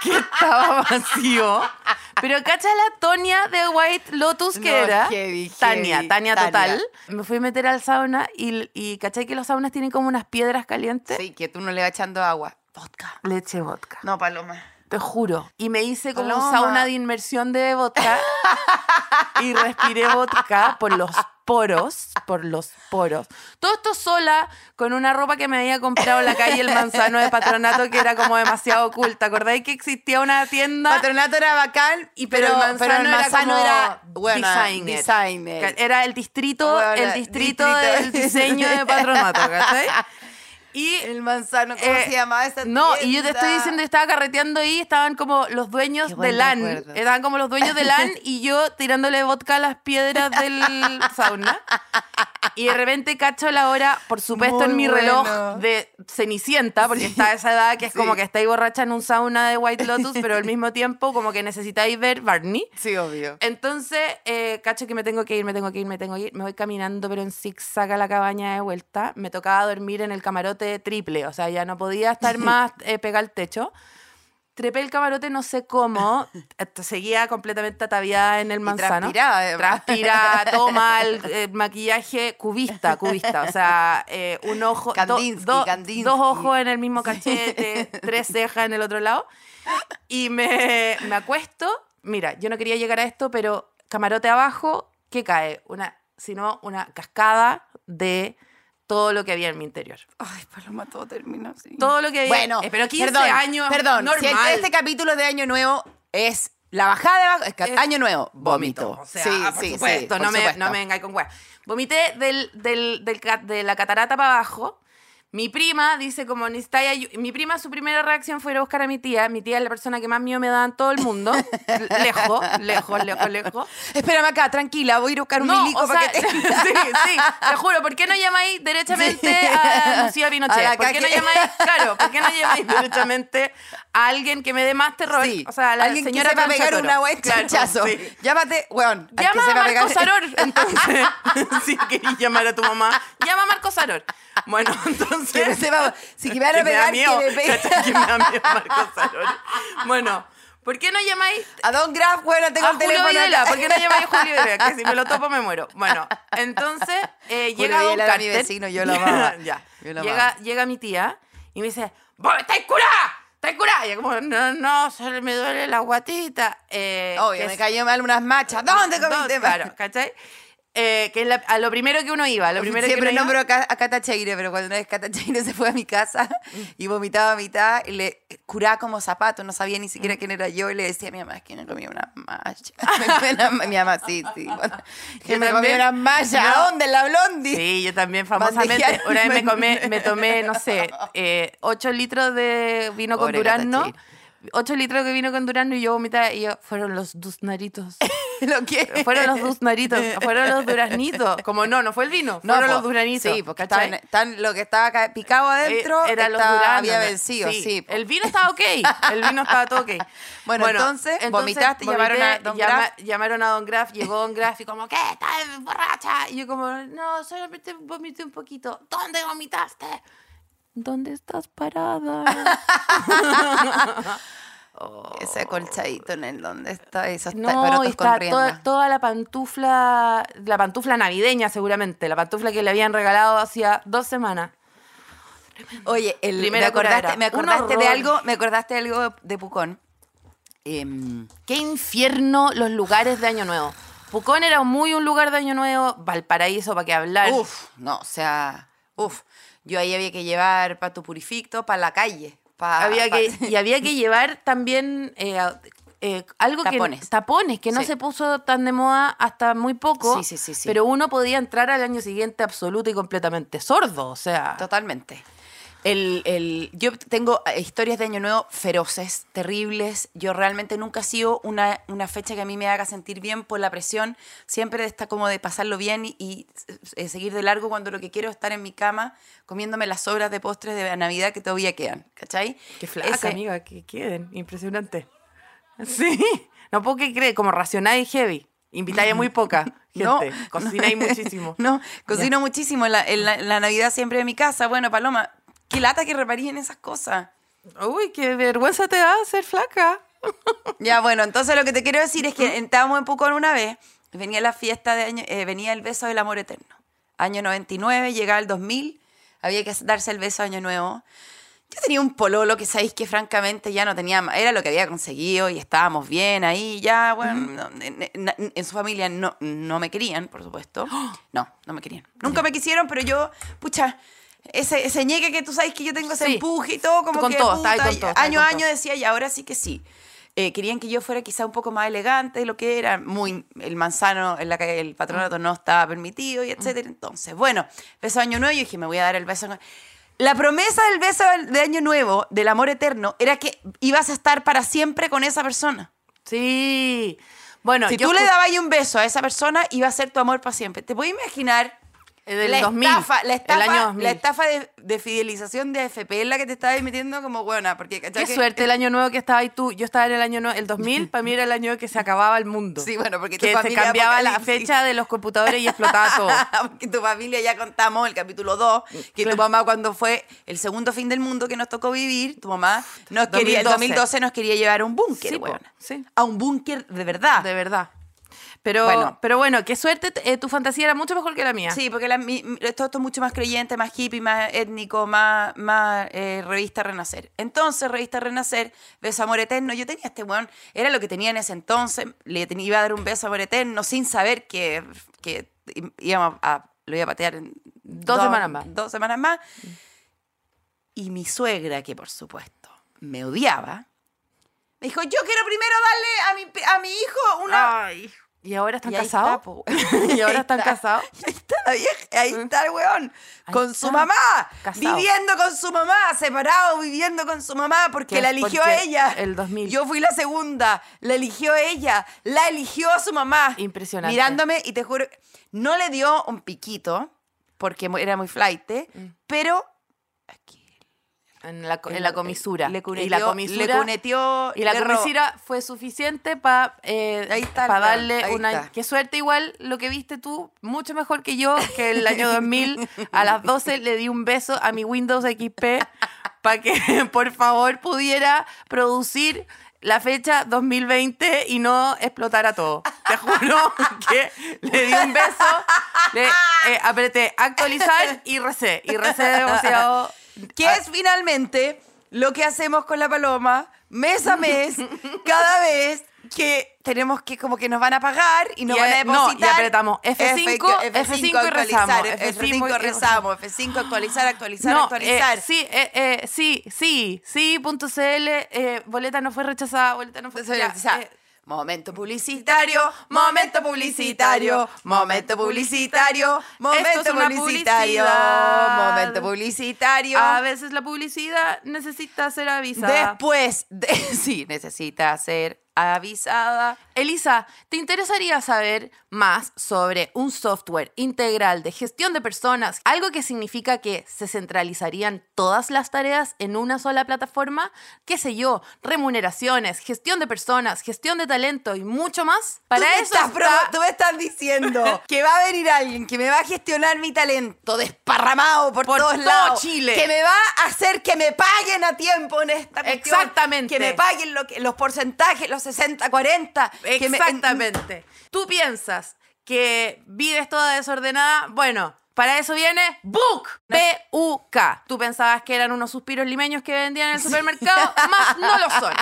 Speaker 3: que estaba vacío. Pero cacha la Tonia de White Lotus que
Speaker 4: No,
Speaker 3: era.
Speaker 4: heavy, heavy,
Speaker 3: Tania, Tania total.
Speaker 4: Tania.
Speaker 3: Me fui a meter al sauna y, y caché que los saunas tienen como unas piedras calientes.
Speaker 4: Sí, que tú no le vas echando agua. Vodka.
Speaker 3: Leche vodka.
Speaker 4: No, Paloma.
Speaker 3: Te juro. Y me hice como
Speaker 4: Paloma.
Speaker 3: un sauna de inmersión de vodka. y respiré vodka por los poros, por los poros. Todo esto sola con una ropa que me había comprado en la calle El Manzano de Patronato que era como demasiado oculta. ¿Acordáis que existía una tienda?
Speaker 4: Patronato era bacán, y, pero,
Speaker 3: pero,
Speaker 4: el manzano, era, como buena,
Speaker 3: designer.
Speaker 4: designer.
Speaker 3: Ca- Era el distrito,
Speaker 4: Buena,
Speaker 3: el distrito,
Speaker 4: distrito.
Speaker 3: del diseño de patronato, ¿cachai? Y
Speaker 4: El manzano, ¿cómo
Speaker 3: eh,
Speaker 4: se llamaba esa
Speaker 3: No, y yo te
Speaker 4: tienda?
Speaker 3: estoy diciendo, yo estaba carreteando ahí, estaban como los dueños
Speaker 4: Qué
Speaker 3: de
Speaker 4: buen
Speaker 3: LAN.
Speaker 4: recuerdo.
Speaker 3: Estaban como los dueños de LAN y yo tirándole vodka a las piedras del sauna. Y de repente cacho la hora, por supuesto,
Speaker 4: Muy
Speaker 3: en mi
Speaker 4: bueno.
Speaker 3: reloj de Cenicienta, porque está a esa edad que es como que estáis borracha en un sauna de White Lotus, pero al mismo tiempo como que necesitáis ver Barney.
Speaker 4: Sí, obvio.
Speaker 3: Entonces, eh, cacho que me tengo que ir, me tengo que ir, me tengo que ir. Me voy caminando, pero en zigzag a la cabaña de vuelta. Me tocaba dormir en el camarote triple, o sea, ya no podía estar más eh, pegada al techo. Trepé el camarote, no sé cómo. eh, Seguía completamente ataviada en el manzano.
Speaker 4: transpiraba, además.
Speaker 3: Transpiraba, todo mal. eh, maquillaje cubista, cubista. O sea, eh, un ojo. do-
Speaker 4: Kandinsky,
Speaker 3: do-
Speaker 4: Kandinsky.
Speaker 3: Dos ojos en el mismo cachete, tres cejas en el otro lado. Y me, me acuesto. Mira, yo no quería llegar a esto, pero camarote abajo, ¿qué cae? Una, sino una cascada de todo lo que había en mi interior.
Speaker 4: Ay, Paloma, todo termina así.
Speaker 3: Todo lo que había.
Speaker 4: Bueno,
Speaker 3: eh, pero 15
Speaker 4: perdón,
Speaker 3: años.
Speaker 4: Perdón,
Speaker 3: normal.
Speaker 4: si el- este capítulo de Año Nuevo es la bajada de abajo, es que-
Speaker 3: Es-
Speaker 4: Año Nuevo, vómito.
Speaker 3: O sea,
Speaker 4: sí,
Speaker 3: ah, por
Speaker 4: sí,
Speaker 3: supuesto,
Speaker 4: sí,
Speaker 3: no,
Speaker 4: por
Speaker 3: me,
Speaker 4: supuesto.
Speaker 3: no me vengáis con weas. Vomité del, del, del ca- de la catarata para abajo. Mi prima dice como necesitáis ayu-". Mi prima, su primera reacción fue ir a buscar a mi tía. Mi tía es la persona que más miedo me da en todo el mundo. lejos, lejos, lejos, lejos.
Speaker 4: Espérame acá, tranquila, voy a ir a buscar un milico
Speaker 3: o
Speaker 4: para
Speaker 3: sea,
Speaker 4: que te...
Speaker 3: sí, sí, te juro, ¿por qué no llamáis derechamente a Lucía
Speaker 4: A
Speaker 3: Pinochet?
Speaker 4: la
Speaker 3: ¿Por qué no
Speaker 4: caque-
Speaker 3: llamáis, claro, por qué no llamáis derechamente a alguien que me dé más terror?
Speaker 4: Sí,
Speaker 3: o sea, a la
Speaker 4: alguien
Speaker 3: señora
Speaker 4: que sepa
Speaker 3: Concha
Speaker 4: pegar
Speaker 3: Toro.
Speaker 4: una buen
Speaker 3: Claro,
Speaker 4: chanchazo.
Speaker 3: sí.
Speaker 4: Llámate, weón, al que
Speaker 3: Llama a
Speaker 4: sepa pegar-
Speaker 3: Marco Saror, entonces. si querís llamar a tu mamá, llama a Marco Saror. Bueno,
Speaker 4: Que me
Speaker 3: entonces.
Speaker 4: sepa- si que me van a
Speaker 3: que me da
Speaker 4: pegar,
Speaker 3: miedo,
Speaker 4: que me pegue.
Speaker 3: cacha, que me da miedo Marco Saror. Bueno, ¿por qué no llamáis
Speaker 4: A Don Graf, weón, tengo
Speaker 3: a
Speaker 4: el
Speaker 3: Julio
Speaker 4: teléfono
Speaker 3: Videla?
Speaker 4: acá.
Speaker 3: ¿Por qué no llamáis a Julio Videla? Que si me lo topo me muero. Bueno, entonces eh,
Speaker 4: Julio
Speaker 3: llega Don
Speaker 4: Videla era mi
Speaker 3: Carter.
Speaker 4: vecino, yo lo amaba.
Speaker 3: ya.
Speaker 4: Yo lo
Speaker 3: llega,
Speaker 4: amaba.
Speaker 3: llega mi tía y me dice, ¡Vos estáis curada! ¡Estáis curada! Y yo como, no, no, solo me duele la guatita. Eh, que
Speaker 4: Obvio, me
Speaker 3: es-
Speaker 4: cayó mal unas machas. ¿Dónde comiste?
Speaker 3: Claro, ¿cachai? Eh, que es la- a lo primero que uno iba, a lo primero
Speaker 4: Siempre
Speaker 3: que uno
Speaker 4: nombro
Speaker 3: iba.
Speaker 4: a, Ca- a Cata Cheire, pero cuando una vez Cata Cheire se fue a mi casa y vomitaba a mitad, y le curaba como zapato, no sabía ni
Speaker 3: Mm.
Speaker 4: siquiera quién era yo, y le decía a mi mamá, es que me comí una malla. Me comí una ma- mi mamá, sí, sí. bueno, que
Speaker 3: Yo
Speaker 4: me comí
Speaker 3: también.
Speaker 4: una malla.
Speaker 3: No.
Speaker 4: ¿A dónde? La blondie.
Speaker 3: Sí, yo también famosamente.
Speaker 4: Bandejear-
Speaker 3: Una vez me, comé- me tomé, no sé, 8 litros de vino con
Speaker 4: Pobre
Speaker 3: durazno.
Speaker 4: Cata
Speaker 3: 8 litros de vino con durazno y yo vomitaba y yo, fueron los duznaritos.
Speaker 4: ¿Lo que?
Speaker 3: Fueron los duznaritos, fueron los duraznitos. Como no, no fue el vino,
Speaker 4: No,
Speaker 3: fueron
Speaker 4: po.
Speaker 3: los duranitos.
Speaker 4: Sí, porque
Speaker 3: ¿cachai?
Speaker 4: estaban- estaban- lo que estaba ca- picado adentro
Speaker 3: Eh, era los
Speaker 4: estaba-
Speaker 3: duraznos,
Speaker 4: había
Speaker 3: ¿no?
Speaker 4: vencido, sí. po.
Speaker 3: El vino estaba ok. El vino estaba todo ok.
Speaker 4: Bueno, entonces, vomitaste, llamaron a Don Graf.
Speaker 3: Llamaron a Don Graf, llegó Don Graf y como, ¿qué? ¿Estás borracha? Y yo como, no, solamente vomité un poquito. ¿Dónde vomitaste? ¿Dónde estás parada?
Speaker 4: Ese acolchadito en el donde está, esos ta-
Speaker 3: No,
Speaker 4: porotos
Speaker 3: y
Speaker 4: con
Speaker 3: está
Speaker 4: rienda.
Speaker 3: toda, toda la pantufla, la pantufla navideña seguramente, la pantufla que le habían regalado hacía dos semanas.
Speaker 4: Oye, el, me
Speaker 3: Primera
Speaker 4: acordaste,
Speaker 3: curadera.
Speaker 4: me acordaste
Speaker 3: Un
Speaker 4: de
Speaker 3: horror.
Speaker 4: algo, me acordaste de algo de, de Pucón. Em,
Speaker 3: Qué infierno los lugares de Año Nuevo. Pucón era muy un lugar de Año Nuevo, Valparaíso, para qué hablar.
Speaker 4: uf, no, o sea, uf. Yo ahí había que llevar pato purificto para la calle. pa-
Speaker 3: había
Speaker 4: pa-
Speaker 3: que, y había que llevar también eh, a- eh, algo que
Speaker 4: Tapones.
Speaker 3: tapones que no
Speaker 4: Sí.
Speaker 3: se puso tan de moda hasta muy poco
Speaker 4: Sí, sí, sí, sí.
Speaker 3: pero uno podía entrar al año siguiente absoluto y completamente sordo o sea
Speaker 4: Totalmente. El, el- yo tengo eh, historias de Año Nuevo feroces, terribles. Yo realmente nunca ha sido una, una fecha que a mí me haga sentir bien por la presión. Siempre está como de pasarlo bien y, y, eh, seguir de largo cuando lo que quiero es estar en mi cama comiéndome las sobras de postres de Navidad que todavía quedan. ¿Cachai?
Speaker 3: qué flaca
Speaker 4: Ese-
Speaker 3: amiga que queden impresionante sí no puedo que cree como racionáis heavy invitáis a muy poca
Speaker 4: No,
Speaker 3: gente cocináis muchísimo
Speaker 4: No, cocino muchísimo. La, en la, en la Navidad siempre en mi casa. Bueno, Paloma, qué lata que reparían esas cosas.
Speaker 3: uy qué vergüenza te da ser flaca
Speaker 4: Ya, bueno, entonces lo que te quiero decir es que estábamos en Pucón una vez, venía la fiesta de año, eh, venía el beso del amor eterno. Año 99, llegaba el 2000, había que darse el beso año nuevo. Yo tenía un pololo que sabéis que francamente ya no tenía, ma- era lo que había conseguido y estábamos bien ahí, ya, bueno, no, en, en- en su familia no, no me querían, por supuesto. No, no me querían. Nunca me quisieron, pero yo, pucha, ese, ese ñeque que tú sabes que yo tengo, ese
Speaker 3: Sí.
Speaker 4: empuje y todo, como
Speaker 3: Con
Speaker 4: que,
Speaker 3: todo, estaba ahí
Speaker 4: puta,
Speaker 3: con todo, estaba ahí
Speaker 4: año a
Speaker 3: con
Speaker 4: año
Speaker 3: todo.
Speaker 4: decía, y ahora sí que sí. Eh, querían que yo fuera quizá un poco más elegante de lo que era, muy el manzano en la que el patronato no estaba permitido
Speaker 3: Mm.
Speaker 4: y etcétera. Entonces, bueno, beso de año nuevo, yo dije, me voy a dar el beso. La promesa del beso de año nuevo, del amor eterno, era que ibas a estar para siempre con esa persona.
Speaker 3: Sí. Bueno,
Speaker 4: si
Speaker 3: yo
Speaker 4: tú le
Speaker 3: escu-
Speaker 4: dabas ahí un beso a esa persona, iba a ser tu amor para siempre. ¿Te puedes imaginar
Speaker 3: eh, del
Speaker 4: la
Speaker 3: 2000,
Speaker 4: estafa, la estafa,
Speaker 3: el año
Speaker 4: la
Speaker 3: 2000.
Speaker 4: estafa de, de fidelización de AFP en la que te estabas metiendo como buena? Porque, ¿cachai?
Speaker 3: Qué
Speaker 4: que-
Speaker 3: suerte el año nuevo que estaba ahí tú. Yo estaba en el año nuevo, el 2000, para mí era el año que se acababa el mundo.
Speaker 4: Sí, bueno, porque tu
Speaker 3: que se
Speaker 4: familia
Speaker 3: cambiaba la
Speaker 4: apocalipsis.
Speaker 3: fecha de los computadores y explotaba todo.
Speaker 4: Porque tu familia ya contamos el capítulo 2, que tu mamá cuando fue el segundo fin del mundo que nos tocó vivir, tu mamá nos quería, el
Speaker 3: 2012.
Speaker 4: 2012 nos quería llevar a un búnker,
Speaker 3: Sí, po,
Speaker 4: weona.
Speaker 3: sí.
Speaker 4: A un búnker de verdad.
Speaker 3: De verdad. Pero
Speaker 4: Ah. Bueno.
Speaker 3: bueno, pero bueno qué suerte, eh, tu fantasía era mucho mejor que la mía.
Speaker 4: Sí, porque la, mi- mi- esto, esto es mucho más creyente, más hippie, más étnico, más, más eh, revista Renacer. Entonces, revista Renacer, Beso Amor Eterno. Yo tenía este weón, era lo que tenía en ese entonces. Le tenía, iba a dar un beso Amor Eterno sin saber que, que í- íbamos a, lo iba a patear en
Speaker 3: Dos semanas más.
Speaker 4: Dos semanas más. Y mi suegra, que por supuesto me odiaba, me dijo: Yo quiero primero darle a mi, a mi hijo una.
Speaker 3: Ay. ¿Y ahora están
Speaker 4: Y ahí está,
Speaker 3: casados?
Speaker 4: po.
Speaker 3: ¿Y ahora están
Speaker 4: Ahí está.
Speaker 3: casados?
Speaker 4: Ahí está la vieja, ahí está el weón.
Speaker 3: Ah. Ahí
Speaker 4: con
Speaker 3: está.
Speaker 4: su mamá.
Speaker 3: Casado.
Speaker 4: Viviendo con su mamá, separado, viviendo con su mamá, porque
Speaker 3: Que
Speaker 4: la
Speaker 3: es
Speaker 4: eligió
Speaker 3: porque
Speaker 4: ella.
Speaker 3: el 2000.
Speaker 4: Yo fui la segunda, la eligió ella, la eligió su mamá.
Speaker 3: Impresionante.
Speaker 4: Mirándome, y te juro, no le dio un piquito, porque mu- era muy flight, pero
Speaker 3: En la, co- Mm. en la comisura.
Speaker 4: eh, Le
Speaker 3: y la
Speaker 4: cuneteó,
Speaker 3: comisura,
Speaker 4: le cuneteó,
Speaker 3: y la
Speaker 4: le robó.
Speaker 3: comisura fue suficiente para
Speaker 4: Ahí está, weón,
Speaker 3: darle
Speaker 4: ahí
Speaker 3: una...
Speaker 4: está.
Speaker 3: Qué suerte igual lo que viste tú, mucho mejor que yo, que el año 2000 a las 12 le di un beso a mi Windows XP para que por favor pudiera producir la fecha 2020 y no explotara todo. Te juro que le di un beso, le eh, apreté actualizar y recé. Y recé demasiado...
Speaker 4: que
Speaker 3: Ah.
Speaker 4: es finalmente lo que hacemos con la paloma mes a mes, cada vez que tenemos que como que nos van a pagar y nos
Speaker 3: Y
Speaker 4: van a
Speaker 3: a- no,
Speaker 4: depositar.
Speaker 3: y apretamos F5, F5 y
Speaker 4: actualizar,
Speaker 3: rezamos,
Speaker 4: F5
Speaker 3: F5 y-
Speaker 4: rezamos, F5 actualizar, actualizar,
Speaker 3: No,
Speaker 4: actualizar.
Speaker 3: eh, sí, eh, eh, sí, sí, sí, punto CL, eh, boleta no fue rechazada, boleta no fue
Speaker 4: Entonces, o
Speaker 3: rechazada. Eh,
Speaker 4: sea, eh, Momento publicitario, momento publicitario, momento publicitario, momento
Speaker 3: Esto es una
Speaker 4: publicitario,
Speaker 3: publicidad.
Speaker 4: momento publicitario.
Speaker 3: a veces la publicidad necesita ser avisada.
Speaker 4: Después, de, sí, necesita ser avisada.
Speaker 3: Elisa, ¿te interesaría saber más sobre un software integral de gestión de personas? Algo que significa que se centralizarían todas las tareas en una sola plataforma, qué sé yo, remuneraciones, gestión de personas, gestión de talento y mucho más. Para
Speaker 4: tú me
Speaker 3: eso
Speaker 4: estás provo-
Speaker 3: está-
Speaker 4: tú me estás diciendo que va a venir alguien que me va a gestionar mi talento desparramado por,
Speaker 3: Por
Speaker 4: todos
Speaker 3: todo
Speaker 4: lados.
Speaker 3: Chile.
Speaker 4: Que me va a hacer que me paguen a tiempo en esta cuestión.
Speaker 3: Exactamente.
Speaker 4: Que me paguen lo que- los porcentajes, los 60, 40. que me-
Speaker 3: Exactamente. Tú piensas que vives toda desordenada. Bueno, para eso viene Book. B-U-K. Tú pensabas que eran unos suspiros limeños que vendían en el supermercado. Más no lo son.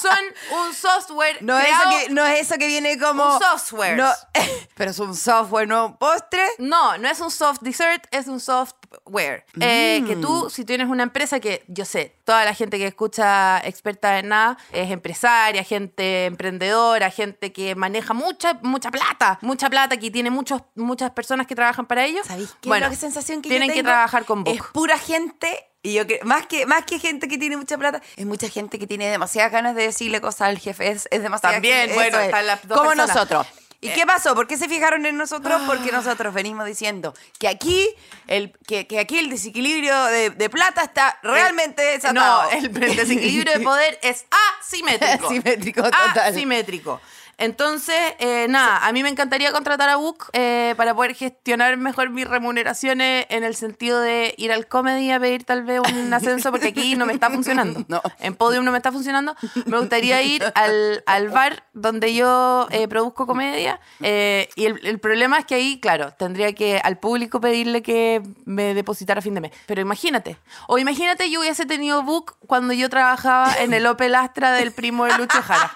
Speaker 3: Son un software.
Speaker 4: no, es eso
Speaker 3: creado-
Speaker 4: que, no es eso que viene como...
Speaker 3: Un software.
Speaker 4: No, pero es un software, no un postre.
Speaker 3: No, no es un soft dessert, es un software. Eh, que tú,
Speaker 4: Mm.
Speaker 3: si tienes una empresa que, yo sé, toda la gente que escucha experta en nada es empresaria, gente emprendedora, gente que maneja mucha, mucha plata, mucha plata, que tiene muchos, muchas personas que trabajan para ellos.
Speaker 4: ¿Sabéis qué?
Speaker 3: Bueno,
Speaker 4: la sensación que yo
Speaker 3: tienen que
Speaker 4: tengo
Speaker 3: trabajar con Book.
Speaker 4: Es pura gente, y yo que, más, que, más que gente que tiene mucha plata, es mucha gente que tiene demasiadas ganas de decirle cosas al jefe. Es, es demasiado.
Speaker 3: También, bueno, están las dos
Speaker 4: Como
Speaker 3: personas.
Speaker 4: nosotros. ¿Y
Speaker 3: Eh. Ah.
Speaker 4: qué pasó? ¿Por qué se fijaron en nosotros? Porque nosotros venimos diciendo que aquí el, que, que aquí el desequilibrio de, de plata está realmente desatado.
Speaker 3: No, el desequilibrio de poder es asimétrico.
Speaker 4: Asimétrico, total.
Speaker 3: Asimétrico. Entonces, eh, nada, a mí me encantaría contratar a Book eh, para poder gestionar mejor mis remuneraciones en el sentido de ir al comedy a pedir tal vez un ascenso, porque aquí no me está funcionando.
Speaker 4: No.
Speaker 3: En Podium no me está funcionando. Me gustaría ir al, al bar donde yo eh, produzco comedia. eh, y el, el problema es que ahí, claro, tendría que al público pedirle que me depositara a fin de mes. Pero imagínate. O imagínate yo hubiese tenido book cuando yo trabajaba en el Opel Astra del primo de Lucho Jara.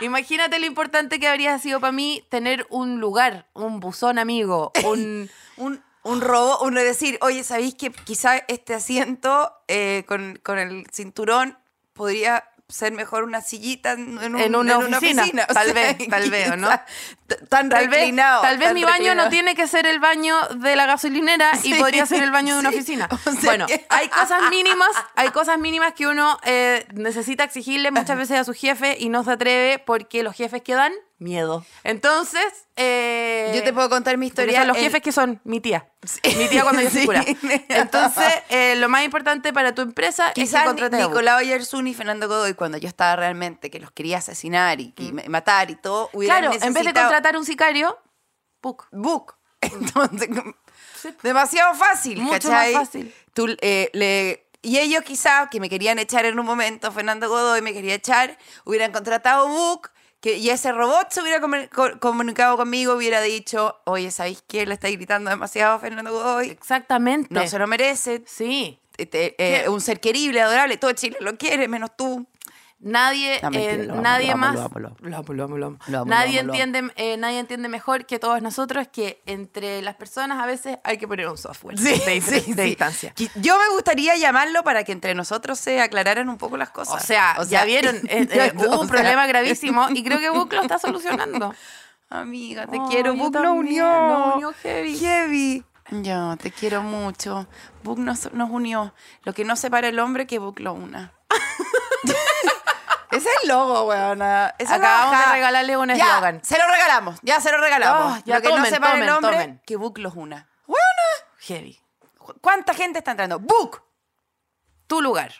Speaker 3: Imagínate lo importante que habría sido para mí tener un lugar, un buzón amigo, un...
Speaker 4: un, un robo, uno decir, oye, ¿sabéis que quizá este asiento eh, con, con el cinturón podría ser mejor una sillita en, un-
Speaker 3: En una oficina,
Speaker 4: O
Speaker 3: tal
Speaker 4: sea,
Speaker 3: vez, tal vez, ¿o no?
Speaker 4: quizá t- Tan
Speaker 3: Tal vez,
Speaker 4: reclinado.
Speaker 3: tal vez
Speaker 4: tan
Speaker 3: mi baño no
Speaker 4: reclinado.
Speaker 3: tiene que ser el baño de la gasolinera y
Speaker 4: Sí,
Speaker 3: podría ser el baño de una
Speaker 4: sí.
Speaker 3: oficina.
Speaker 4: O sea
Speaker 3: bueno,
Speaker 4: que-
Speaker 3: hay cosas mínimas, hay cosas mínimas que uno eh, necesita exigirle muchas veces a su jefe y no se atreve porque los jefes que dan miedo. Entonces, eh,
Speaker 4: Yo te puedo contar mi
Speaker 3: porque
Speaker 4: historia.
Speaker 3: son los
Speaker 4: El-
Speaker 3: jefes que son mi tía. Mi tía cuando yo soy
Speaker 4: Sí.
Speaker 3: cura. Entonces, eh, lo más importante para tu empresa es que
Speaker 4: Quizás
Speaker 3: contrates a Google.
Speaker 4: Nicolau Yersun y Fernando Godoy, cuando yo estaba realmente, que los quería asesinar y, y matar y todo, hubieran
Speaker 3: Mm. Claro, en vez de
Speaker 4: necesitado-
Speaker 3: contratar un sicario, Puc.
Speaker 4: book. Entonces, como- demasiado fácil,
Speaker 3: Mucho
Speaker 4: ¿cachai?
Speaker 3: más fácil.
Speaker 4: Tú, eh, le- y ellos quizá, que me querían echar en un momento, Fernando Godoy me quería echar, hubieran contratado book. Que, y ese robot se hubiera comu- co- comunicado conmigo, hubiera dicho, oye, ¿sabéis qué? Le está gritando demasiado a Fernando Godoy.
Speaker 3: Exactamente.
Speaker 4: No se lo merece.
Speaker 3: Sí.
Speaker 4: Este, eh,
Speaker 3: ¿Qué?
Speaker 4: un ser querible, adorable. Todo Chile lo quiere, menos tú.
Speaker 3: Nadie,
Speaker 4: No, mentira,
Speaker 3: eh,
Speaker 4: lo amo,
Speaker 3: nadie
Speaker 4: lo amo,
Speaker 3: más.
Speaker 4: lo amo, lo amo. Lo amo,
Speaker 3: Nadie
Speaker 4: lo amo, lo amo.
Speaker 3: entiende, eh, nadie entiende mejor que todos nosotros que entre las personas a veces hay que poner un software de,
Speaker 4: sí,
Speaker 3: de
Speaker 4: sí.
Speaker 3: distancia.
Speaker 4: Qui- Yo me gustaría llamarlo para que entre nosotros se aclararan un poco las cosas.
Speaker 3: O sea, ya vieron, eh, eh,
Speaker 4: o
Speaker 3: hubo un
Speaker 4: sea,
Speaker 3: problema gravísimo y creo que Book lo está solucionando.
Speaker 4: Amiga, te
Speaker 3: Oh,
Speaker 4: quiero.
Speaker 3: yo
Speaker 4: Book nos
Speaker 3: también,
Speaker 4: unió.
Speaker 3: nos unió heavy.
Speaker 4: Heavy. Yo te quiero mucho. Book nos, nos unió. Lo que no separa el hombre, que Book lo una. Ese es el logo, weona. Esa es la
Speaker 3: Acabamos
Speaker 4: bajada.
Speaker 3: de regalarle un
Speaker 4: Ya,
Speaker 3: eslogan.
Speaker 4: Se lo regalamos. Ya se lo regalamos.
Speaker 3: Oh, ya
Speaker 4: lo que no
Speaker 3: tomen,
Speaker 4: separa
Speaker 3: tomen,
Speaker 4: el hombre,
Speaker 3: tomen.
Speaker 4: que Book los una.
Speaker 3: Heavy.
Speaker 4: Weona, ¿Cuánta gente está entrando? Book.
Speaker 3: Tu lugar.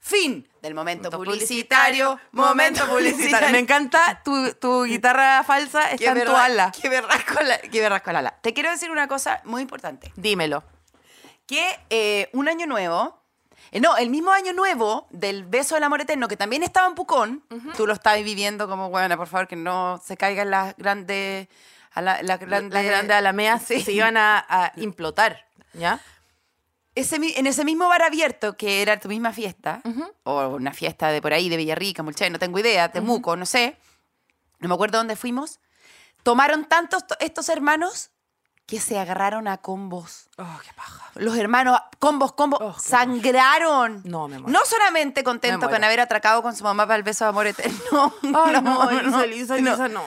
Speaker 4: Fin del momento
Speaker 3: publicitario,
Speaker 4: publicitario, momento publicitario.
Speaker 3: Me encanta tu, tu guitarra falsa,
Speaker 4: Qué
Speaker 3: está en tu
Speaker 4: berra-
Speaker 3: ala.
Speaker 4: Qué berrasco la- qué berrasco la ala. Te quiero decir una cosa muy importante.
Speaker 3: Dímelo.
Speaker 4: Que eh, un año nuevo, eh, no, el mismo año nuevo del beso del amor eterno, que también estaba en Pucón, tú lo estabas viviendo como, bueno, por favor, que no se caigan las grandes... a la- las grandes-
Speaker 3: Las grandes alameas
Speaker 4: Sí.
Speaker 3: se iban a, a implotar, ¿ya?
Speaker 4: Ese mi- en ese mismo bar abierto que era tu misma fiesta, o una fiesta de por ahí, de Villarrica, Mulchay, no tengo idea, Temuco, no sé, no me acuerdo dónde fuimos, tomaron tantos to- estos hermanos que se agarraron a combos.
Speaker 3: Oh, qué paja.
Speaker 4: Los hermanos, combos, combos,
Speaker 3: Oh, qué
Speaker 4: sangraron.
Speaker 3: No, me muero.
Speaker 4: No solamente
Speaker 3: Me
Speaker 4: contento
Speaker 3: muero.
Speaker 4: con haber atracado con su mamá para el beso de amor eterno.
Speaker 3: Ay, no, Elisa, Elisa,
Speaker 4: no.
Speaker 3: Elisa, no.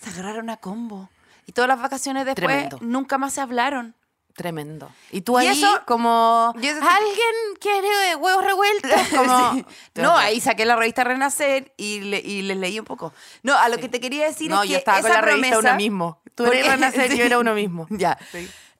Speaker 4: Se agarraron a combo. Y todas las vacaciones después
Speaker 3: Tremendo.
Speaker 4: nunca más se hablaron.
Speaker 3: Tremendo. Y tú
Speaker 4: Y
Speaker 3: ahí
Speaker 4: eso-
Speaker 3: como...
Speaker 4: y eso-
Speaker 3: ¿Alguien quiere huevos revueltos? Como,
Speaker 4: Sí.
Speaker 3: Te
Speaker 4: No,
Speaker 3: odio.
Speaker 4: ahí saqué la revista Renacer y, le- y les leí un poco. No, a lo que te quería decir
Speaker 3: No,
Speaker 4: es que
Speaker 3: yo estaba
Speaker 4: esa
Speaker 3: con la revista
Speaker 4: promesa-
Speaker 3: Uno Mismo. Tú
Speaker 4: Porque-
Speaker 3: eres Renacer, yo
Speaker 4: Sí.
Speaker 3: era Uno Mismo.
Speaker 4: Ya.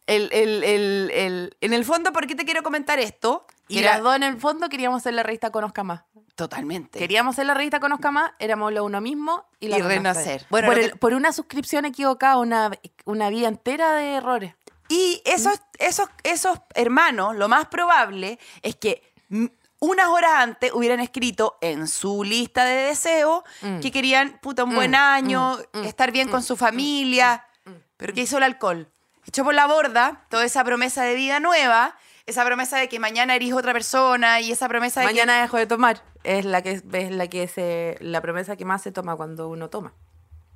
Speaker 4: El- el- el- el- en el fondo, ¿por qué te quiero comentar esto? Que
Speaker 3: Y las dos en el fondo queríamos ser la revista Conozca Más.
Speaker 4: Totalmente.
Speaker 3: Queríamos ser la revista Conozca Más, éramos lo uno mismo y la
Speaker 4: Y Renacer. Bueno,
Speaker 3: por,
Speaker 4: lo
Speaker 3: el-
Speaker 4: que-
Speaker 3: por una suscripción equivocada, una, una vida entera de errores.
Speaker 4: Y esos, esos, esos hermanos, lo más probable es que mm, unas horas antes hubieran escrito en su lista de deseos que querían, puta, un buen año, estar bien con su familia. Pero ¿qué hizo el alcohol? Echó por la borda toda esa promesa de vida nueva, esa promesa de que mañana eres otra persona y esa promesa de que-
Speaker 3: Mañana dejo de tomar. Es la que es la que se la promesa que más se toma cuando uno toma.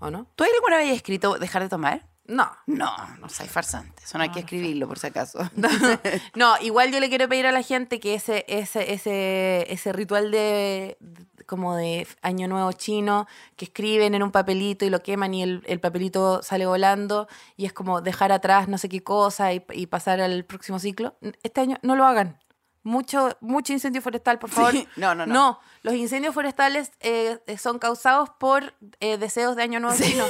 Speaker 3: ¿O no?
Speaker 4: ¿Tú alguna vez has escrito dejar de tomar?
Speaker 3: No.
Speaker 4: No, no soy farsante. Eso no hay que escribirlo, por si acaso.
Speaker 3: No, igual yo le quiero pedir a la gente que ese, ese, ese, ese ritual de de- como de año nuevo chino, que escriben en un papelito y lo queman y el, el papelito sale volando y es como dejar atrás no sé qué cosa y, y pasar al próximo ciclo. Este año no lo hagan. Mucho, mucho incendio forestal, por favor.
Speaker 4: Sí, no, no, no.
Speaker 3: No, los incendios forestales eh, son causados por eh, deseos de año nuevo chino.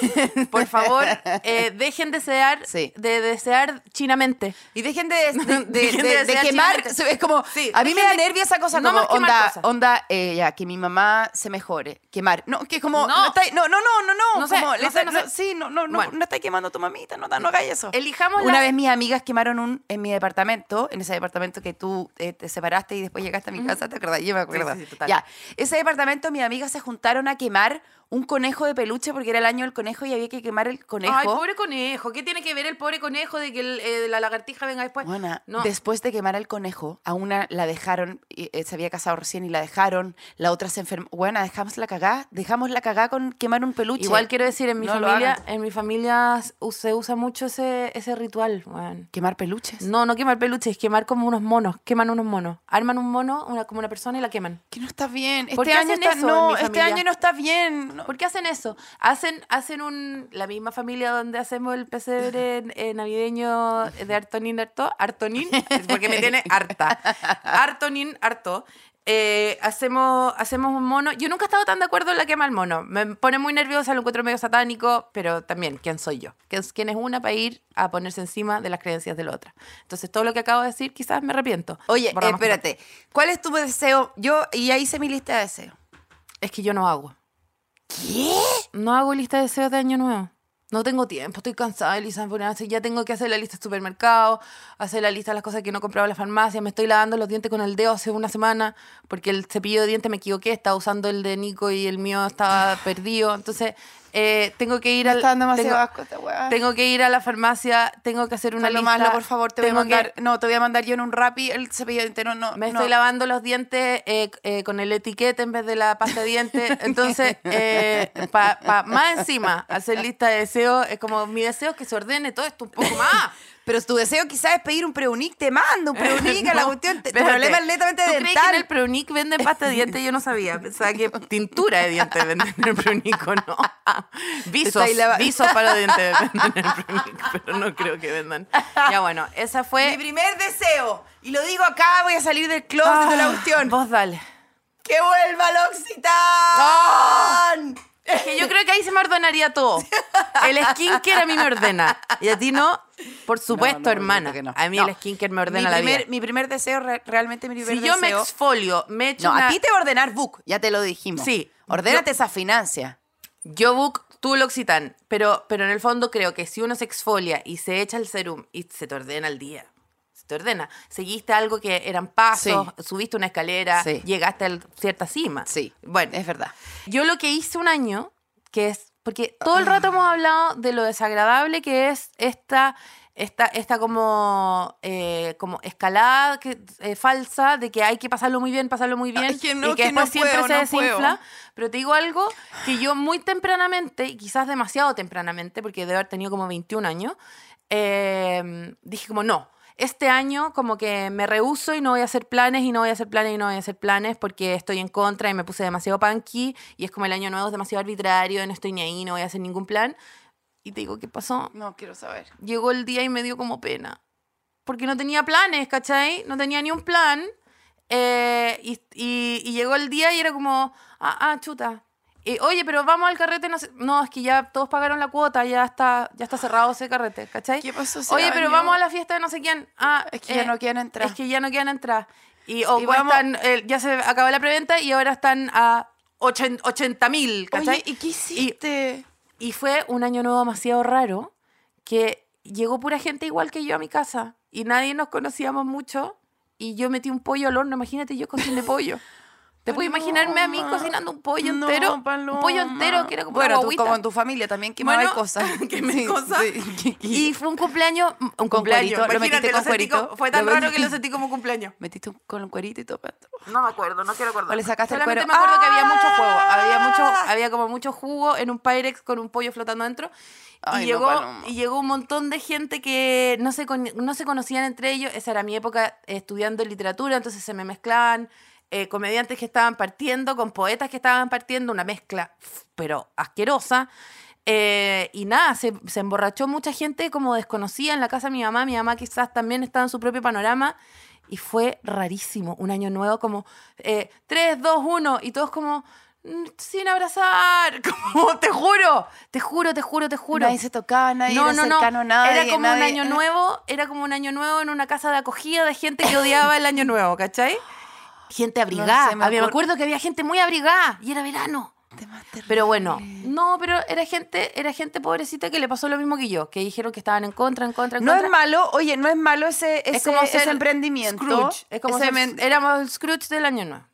Speaker 3: Por favor, eh, dejen desear,
Speaker 4: Sí.
Speaker 3: de desear chinamente.
Speaker 4: Y dejen de, de,
Speaker 3: Dejen
Speaker 4: de-
Speaker 3: de
Speaker 4: de- de
Speaker 3: desear
Speaker 4: quemar.
Speaker 3: chismes.
Speaker 4: Es como,
Speaker 3: Sí,
Speaker 4: a mí me
Speaker 3: dejen
Speaker 4: da
Speaker 3: de-
Speaker 4: nervio esa cosa
Speaker 3: no
Speaker 4: como,
Speaker 3: más quemar
Speaker 4: onda,
Speaker 3: cosas.
Speaker 4: onda eh, ya, que mi mamá se mejore. Quemar. No, que es como, no,
Speaker 3: No.
Speaker 4: estáis- no, no, no, no, no.
Speaker 3: No sé,
Speaker 4: como,
Speaker 3: no
Speaker 4: le
Speaker 3: sé,
Speaker 4: estáis-
Speaker 3: no sé.
Speaker 4: no- Sí, no, no, no,
Speaker 3: Bueno.
Speaker 4: no estáis quemando a tu mamita, no, no hagáis eso.
Speaker 3: Elijamos
Speaker 4: Una
Speaker 3: la-
Speaker 4: vez mis amigas quemaron un en mi departamento, en ese departamento que tú eh, te separaste y después llegaste a mi casa, ¿te acordás? Yo me acuerdo.
Speaker 3: sí, sí, total.
Speaker 4: Ya, ese departamento mis amigas se juntaron a quemar un conejo de peluche porque era el año del conejo y había que quemar el conejo.
Speaker 3: Ay, pobre conejo. ¿Qué tiene que ver el pobre conejo de que el, eh, la lagartija venga después?
Speaker 4: Bueno,
Speaker 3: no.
Speaker 4: después de quemar al conejo, a una la dejaron, y, eh, se había casado recién y la dejaron, la otra se enfermó. Bueno, dejamos la cagá, dejamos la cagá con quemar un peluche.
Speaker 3: Igual quiero decir, en mi
Speaker 4: No lo
Speaker 3: familia,
Speaker 4: hagan.
Speaker 3: en mi familia s- u- se usa mucho ese, ese ritual, weón.
Speaker 4: Quemar peluches.
Speaker 3: No, no quemar peluches, quemar como unos monos, queman unos monos. Arman un mono, una, como una persona y la queman.
Speaker 4: Que no está bien.
Speaker 3: ¿Por qué
Speaker 4: Este año
Speaker 3: hacen
Speaker 4: está-
Speaker 3: eso en mi
Speaker 4: no, este
Speaker 3: familia?
Speaker 4: año no está bien. No.
Speaker 3: ¿Por qué hacen eso? Hacen, hacen un, la misma familia donde hacemos el pesebre en- eh, navideño de Artonín Harto. Artonín, es porque me tiene harta. Artonín Harto. Eh, hacemos, hacemos un mono. Yo nunca he estado tan de acuerdo en la quema al mono. Me pone muy nerviosa, lo encuentro medio satánico, pero también, ¿quién soy yo? ¿Quién, quién es una para ir a ponerse encima de las creencias de la otra? Entonces, todo lo que acabo de decir, quizás me arrepiento.
Speaker 4: Oye,
Speaker 3: Borramos
Speaker 4: eh, espérate. ¿Cuál es tu deseo? Yo, y ahí hice mi lista de deseos.
Speaker 3: contacto. Es que yo no hago.
Speaker 4: ¿Qué?
Speaker 3: No hago lista de deseos de año nuevo. No tengo tiempo, estoy cansada de listas por hacer. Ya tengo que hacer la lista de supermercado, hacer la lista de las cosas que no compraba en la farmacia. Me estoy lavando los dientes con el dedo hace una semana porque el cepillo de dientes me equivoqué. Estaba usando el de Nico y el mío estaba perdido. Entonces, eh, tengo que ir
Speaker 4: Me
Speaker 3: al.
Speaker 4: está dando demasiado
Speaker 3: tengo,
Speaker 4: asco esta weá.
Speaker 3: tengo que ir a la farmacia, tengo que hacer una
Speaker 4: Carlos
Speaker 3: lista.
Speaker 4: Maslo, por favor, te voy a
Speaker 3: tengo que-
Speaker 4: mandar. No, te voy a mandar yo en un rapi el cepillo de dientes. No, no,
Speaker 3: me
Speaker 4: no.
Speaker 3: estoy lavando los dientes eh, eh, con el etiquete en vez de la pasta de dientes. Entonces, eh, pa- pa- más encima, hacer lista de deseos, es como mi deseo es que se ordene todo esto un poco más.
Speaker 4: Pero tu deseo quizás es pedir un preunic, te mando un preunic a la
Speaker 3: No,
Speaker 4: cuestión. te- tu
Speaker 3: espérate.
Speaker 4: problema es netamente
Speaker 3: ¿Tú crees que
Speaker 4: dental.
Speaker 3: en el Preunic venden pasta de dientes? Yo no sabía. Pensaba que tintura de dientes venden en el Preunic o no. Visos,
Speaker 4: Está ahí la-
Speaker 3: visos para los dientes venden en el Preunic, pero no creo que vendan. Ya bueno, esa
Speaker 4: Mi
Speaker 3: fue...
Speaker 4: primer deseo, y lo digo acá, voy a salir del closet de la
Speaker 3: Ah,
Speaker 4: cuestión.
Speaker 3: Vos dale.
Speaker 4: ¡Que vuelva el Occitán!
Speaker 3: Que yo creo que ahí se me ordenaría todo. El skincare a mí me ordena. Y a ti no, por supuesto,
Speaker 4: no,
Speaker 3: hermana.
Speaker 4: obviamente que no.
Speaker 3: A mí
Speaker 4: No.
Speaker 3: el skincare me ordena
Speaker 4: mi
Speaker 3: la
Speaker 4: primer,
Speaker 3: vida.
Speaker 4: Mi primer deseo, re- realmente mi primer
Speaker 3: Si yo me
Speaker 4: deseo...
Speaker 3: exfolio, me echo
Speaker 4: no,
Speaker 3: una-
Speaker 4: a ti te va a ordenar Book, ya te lo dijimos.
Speaker 3: Sí.
Speaker 4: Ordénate
Speaker 3: Yo-
Speaker 4: esa financia.
Speaker 3: Yo book, tú L'Occitane. Pero, pero en el fondo creo que si uno se exfolia y se echa el serum y se te ordena el día. Se te ordena. Seguiste algo que eran pasos, subiste una escalera,
Speaker 4: Sí.
Speaker 3: llegaste a cierta cima.
Speaker 4: Sí.
Speaker 3: Bueno,
Speaker 4: Es verdad.
Speaker 3: Yo lo que hice un año, que es, porque todo el rato hemos hablado de lo desagradable que es esta, esta, esta como, eh, como escalada que, eh, falsa de que hay que pasarlo muy bien, pasarlo muy bien,
Speaker 4: Ay, que no,
Speaker 3: y que,
Speaker 4: que no
Speaker 3: después siempre
Speaker 4: puedo,
Speaker 3: se
Speaker 4: no
Speaker 3: desinfla.
Speaker 4: puedo.
Speaker 3: Pero te digo algo que yo muy tempranamente, y quizás demasiado tempranamente, porque debo haber tenido como 21 años, eh, dije como no. Este año como que me rehuso y no voy a hacer planes y no voy a hacer planes y no voy a hacer planes porque estoy en contra y me puse demasiado punky y es como el año nuevo es demasiado arbitrario, no estoy ni ahí, no voy a hacer ningún plan. Y te digo, ¿qué pasó?
Speaker 4: No, quiero saber.
Speaker 3: llegó el día y me dio como pena. Porque no tenía planes, ¿cachai? No tenía ni un plan. Eh, y, y- y llegó el día y era como, ah, ah chuta. Eh, oye, pero vamos al carrete. No, sé- no, es que ya todos pagaron la cuota, ya está, ya está cerrado ese carrete, ¿cachai?
Speaker 4: ¿Qué pasó ese
Speaker 3: Oye, pero
Speaker 4: año?
Speaker 3: vamos a la fiesta de no sé quién. Ah,
Speaker 4: Eh, Es que ya no quieren entrar.
Speaker 3: Es que ya no quieren entrar. Y, o
Speaker 4: Y
Speaker 3: cuestan,
Speaker 4: vamos-
Speaker 3: eh, ya se acabó la preventa y ahora están a 80 mil, ¿cachai?
Speaker 4: Oye, ¿y qué hiciste?
Speaker 3: Y fue un año nuevo demasiado raro que llegó pura gente igual que yo a mi casa y nadie nos conocíamos mucho y yo metí un pollo al horno, imagínate yo cociné pollo. ¿Te puedes
Speaker 4: Paloma.
Speaker 3: imaginarme a mí cocinando un pollo
Speaker 4: No,
Speaker 3: entero?
Speaker 4: Paloma.
Speaker 3: Un pollo entero que era como
Speaker 4: Bueno,
Speaker 3: una
Speaker 4: tú
Speaker 3: guagüita.
Speaker 4: como en tu familia también quemaba
Speaker 3: Bueno,
Speaker 4: cosas.
Speaker 3: quemé
Speaker 4: Sí,
Speaker 3: cosas.
Speaker 4: sí.
Speaker 3: Y fue un cumpleaños, un
Speaker 4: cuerito,
Speaker 3: cumpleaños.
Speaker 4: lo metiste
Speaker 3: Imagínate,
Speaker 4: con
Speaker 3: lo sentí
Speaker 4: cuerito.
Speaker 3: como- fue tan
Speaker 4: Lo
Speaker 3: raro que
Speaker 4: metí-
Speaker 3: lo sentí como cumpleaños.
Speaker 4: Metiste un- con un cuerito y todo. pa-
Speaker 3: No me acuerdo, no quiero acordar.
Speaker 4: ¿O le sacaste el
Speaker 3: Solamente
Speaker 4: cuero?
Speaker 3: me acuerdo que había mucho juego.
Speaker 4: ¡Ah!
Speaker 3: Había mucho, había como mucho jugo en un Pyrex con un pollo flotando dentro.
Speaker 4: Ay,
Speaker 3: y,
Speaker 4: no,
Speaker 3: llegó,
Speaker 4: Paloma.
Speaker 3: y llegó un montón de gente que no se, con- no se conocían entre ellos. Esa era mi época eh, estudiando literatura, entonces se me mezclaban eh, comediantes que estaban partiendo con poetas que estaban partiendo, una mezcla, f- pero asquerosa. Eh, y nada, se, se emborrachó mucha gente como desconocida en la casa de mi mamá. Mi mamá quizás también estaba en su propio panorama. Y fue rarísimo, un año nuevo como eh, 3, 2, 1 y todos como mm, sin abrazar, como te juro, te juro, te juro, te juro.
Speaker 4: Nadie se tocaba, nadie
Speaker 3: no,
Speaker 4: era
Speaker 3: no, no.
Speaker 4: cercano a nadie.
Speaker 3: era como un
Speaker 4: nadie-
Speaker 3: año nuevo, era como un año nuevo en una casa de acogida de gente que odiaba el año nuevo, ¿cachai? Gente abrigada.
Speaker 4: sé, me
Speaker 3: Había- me,
Speaker 4: acuer-
Speaker 3: acuerdo que había gente muy abrigada y era verano.
Speaker 4: Te más terrible.
Speaker 3: Pero bueno, no, pero era gente, era gente pobrecita que le pasó lo mismo que yo, que dijeron que estaban en contra, en contra, en
Speaker 4: No
Speaker 3: contra.
Speaker 4: es malo, oye, no es malo ese, ese, ese
Speaker 3: ser
Speaker 4: emprendimiento.
Speaker 3: Scrooge. Es como
Speaker 4: Ese
Speaker 3: ser-
Speaker 4: men-
Speaker 3: éramos el Scrooge del año nuevo.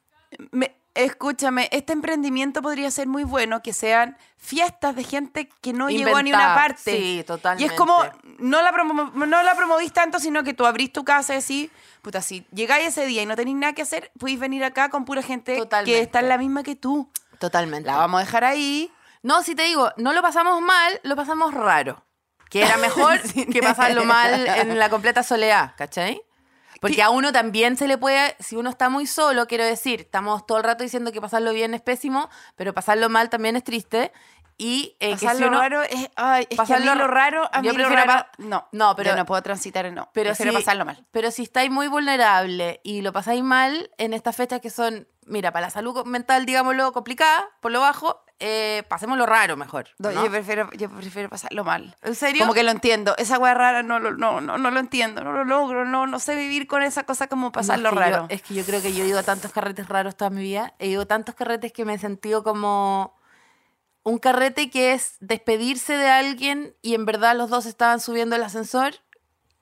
Speaker 4: me- escúchame, este emprendimiento podría ser muy bueno que sean fiestas de gente que no llegó a ni una
Speaker 3: Inventada,
Speaker 4: parte.
Speaker 3: sí, totalmente.
Speaker 4: Y es como, no la, promo- no la promovís tanto, sino que tú abrís tu casa y así, puta, si llegáis ese día y no tenéis nada que hacer, podéis venir acá con pura gente
Speaker 3: Totalmente.
Speaker 4: que está en la misma que tú.
Speaker 3: Totalmente.
Speaker 4: La vamos a dejar ahí.
Speaker 3: No, si te digo, no lo pasamos mal, lo pasamos raro. Que era mejor que pasarlo mal en la completa soledad, ¿cachai? Porque a uno también se le puede, si uno está muy solo, quiero decir, estamos todo el rato diciendo que pasarlo bien es pésimo, pero pasarlo mal también es triste. Y eh, que si
Speaker 4: Pasarlo
Speaker 3: uno-
Speaker 4: raro es, ay, es que a mí
Speaker 3: pasarlo-
Speaker 4: lo raro, a mí
Speaker 3: yo
Speaker 4: lo
Speaker 3: prefiero
Speaker 4: raro-
Speaker 3: pa-
Speaker 4: no,
Speaker 3: no,
Speaker 4: no,
Speaker 3: pero-
Speaker 4: pero no puedo transitar, en no,
Speaker 3: Pero
Speaker 4: prefiero
Speaker 3: si,
Speaker 4: pasarlo mal.
Speaker 3: Pero si estáis muy vulnerable y lo pasáis mal en estas fechas que son, mira, para la salud co- mental, digámoslo, complicada, por lo bajo, eh, pasémoslo raro mejor.
Speaker 4: No,
Speaker 3: ¿no?
Speaker 4: Yo, prefiero, yo prefiero pasarlo mal.
Speaker 3: ¿En serio?
Speaker 4: Como que lo entiendo. Esa wea rara no lo, no, no, no lo entiendo, no lo logro, no, no sé vivir con esa cosa como pasarlo
Speaker 3: No, es que yo-
Speaker 4: raro.
Speaker 3: es que yo creo que yo he ido a tantos carretes raros toda mi vida. He ido a tantos carretes que me he sentido como un carrete que es despedirse de alguien y en verdad los dos estaban subiendo el ascensor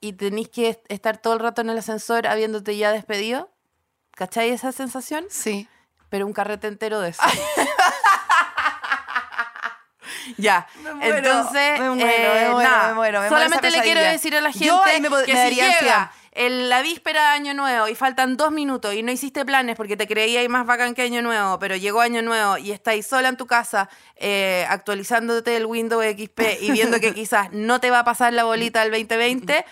Speaker 3: y tenéis que est- estar todo el rato en el ascensor habiéndote ya despedido. ¿Cachai esa sensación?
Speaker 4: Sí.
Speaker 3: Pero un carrete entero de eso. ya.
Speaker 4: Me muero,
Speaker 3: Entonces,
Speaker 4: me muero,
Speaker 3: eh,
Speaker 4: me muero,
Speaker 3: nada,
Speaker 4: me muero, me muero
Speaker 3: solamente
Speaker 4: esa
Speaker 3: le quiero
Speaker 4: pesadilla.
Speaker 3: decir a la gente
Speaker 4: Yo ahí me pod-
Speaker 3: que
Speaker 4: me
Speaker 3: si
Speaker 4: daría ansiedad.
Speaker 3: llega en la víspera de Año Nuevo y faltan dos minutos y no hiciste planes porque te creía y más bacán que Año Nuevo, pero llegó Año Nuevo y estáis sola en tu casa eh, actualizándote el Windows XP y viendo que quizás no te va a pasar la bolita del 2020,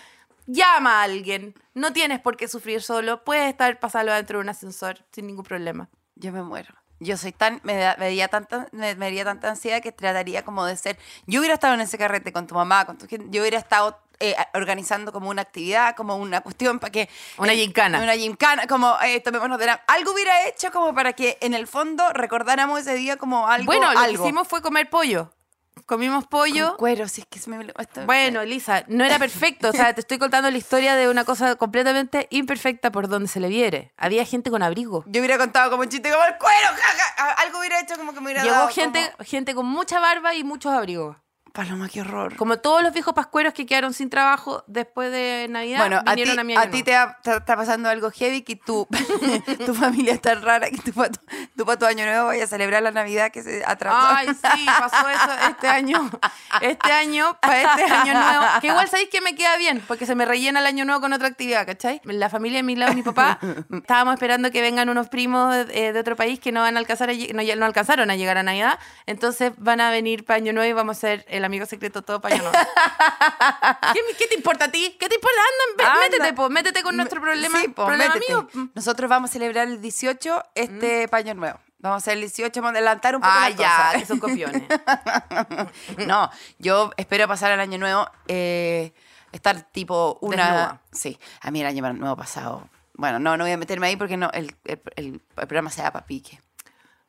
Speaker 3: llama a alguien. No tienes por qué sufrir solo, puedes estar pasarlo dentro de un ascensor sin ningún problema.
Speaker 4: Yo me muero. Yo soy tan, me, da- me daría tanta, me, me daría tanta ansiedad que trataría como de ser. Yo hubiera estado en ese carrete con tu mamá, con tu gente, yo hubiera estado eh, organizando como una actividad, como una cuestión para que.
Speaker 3: Una
Speaker 4: eh,
Speaker 3: gincana.
Speaker 4: Una gincana, como eh, tomémonos de la. Algo hubiera hecho como para que en el fondo recordáramos ese día como algo.
Speaker 3: bueno, lo
Speaker 4: algo.
Speaker 3: que hicimos fue comer pollo. Comimos pollo.
Speaker 4: Con cuero, si es que se me- esto-
Speaker 3: Bueno, Lisa, no era perfecto. O sea, te estoy contando la historia de una cosa completamente imperfecta por donde se le viere. Había gente con abrigo.
Speaker 4: Yo hubiera contado como un chiste como el cuero, jaja. Algo hubiera hecho como que me hubiera
Speaker 3: Llegó
Speaker 4: dado
Speaker 3: gente, gente con mucha barba y muchos abrigos.
Speaker 4: como- Paloma, qué horror.
Speaker 3: Como todos los viejos pascueros que quedaron sin trabajo después de Navidad,
Speaker 4: Bueno, a ti,
Speaker 3: vinieron a, mi
Speaker 4: a
Speaker 3: año
Speaker 4: ti
Speaker 3: nuevo.
Speaker 4: te va- te está pasando algo heavy que tú, tu familia es tan rara que tú para tu, tú pa' tu año nuevo vayas a celebrar la Navidad que se atrasó.
Speaker 3: Ay, sí, pasó eso este año. Este año, para este año nuevo. Que igual sabéis que me queda bien, porque se me rellena el año nuevo con otra actividad, ¿cachai? La familia de mi lado, mi papá, estábamos esperando que vengan unos primos eh, de otro país que no van a alcanzar a lle- no, lle- no alcanzaron a llegar a Navidad. Entonces van a venir para año nuevo y vamos a ser el amigo secreto todo para año nuevo. ¿Qué, me- qué te importa a ti? ¿Qué te importa? Anda, ve-
Speaker 4: Anda.
Speaker 3: métete, po, métete con nuestro problema.
Speaker 4: Sí, po,
Speaker 3: problema
Speaker 4: métete.
Speaker 3: mío. mm.
Speaker 4: Nosotros vamos a celebrar el 18 este pa' año nuevo. Vamos a hacer el 18, vamos a adelantar un poco
Speaker 3: Ah,
Speaker 4: las
Speaker 3: ya,
Speaker 4: cosas.
Speaker 3: que son copiones.
Speaker 4: No, yo espero pasar el año nuevo, eh, estar tipo una...
Speaker 3: Desnuda.
Speaker 4: Sí, a mí el año nuevo pasado... Bueno, no, no voy a meterme ahí porque no el, el- el- el programa se da pa' pique.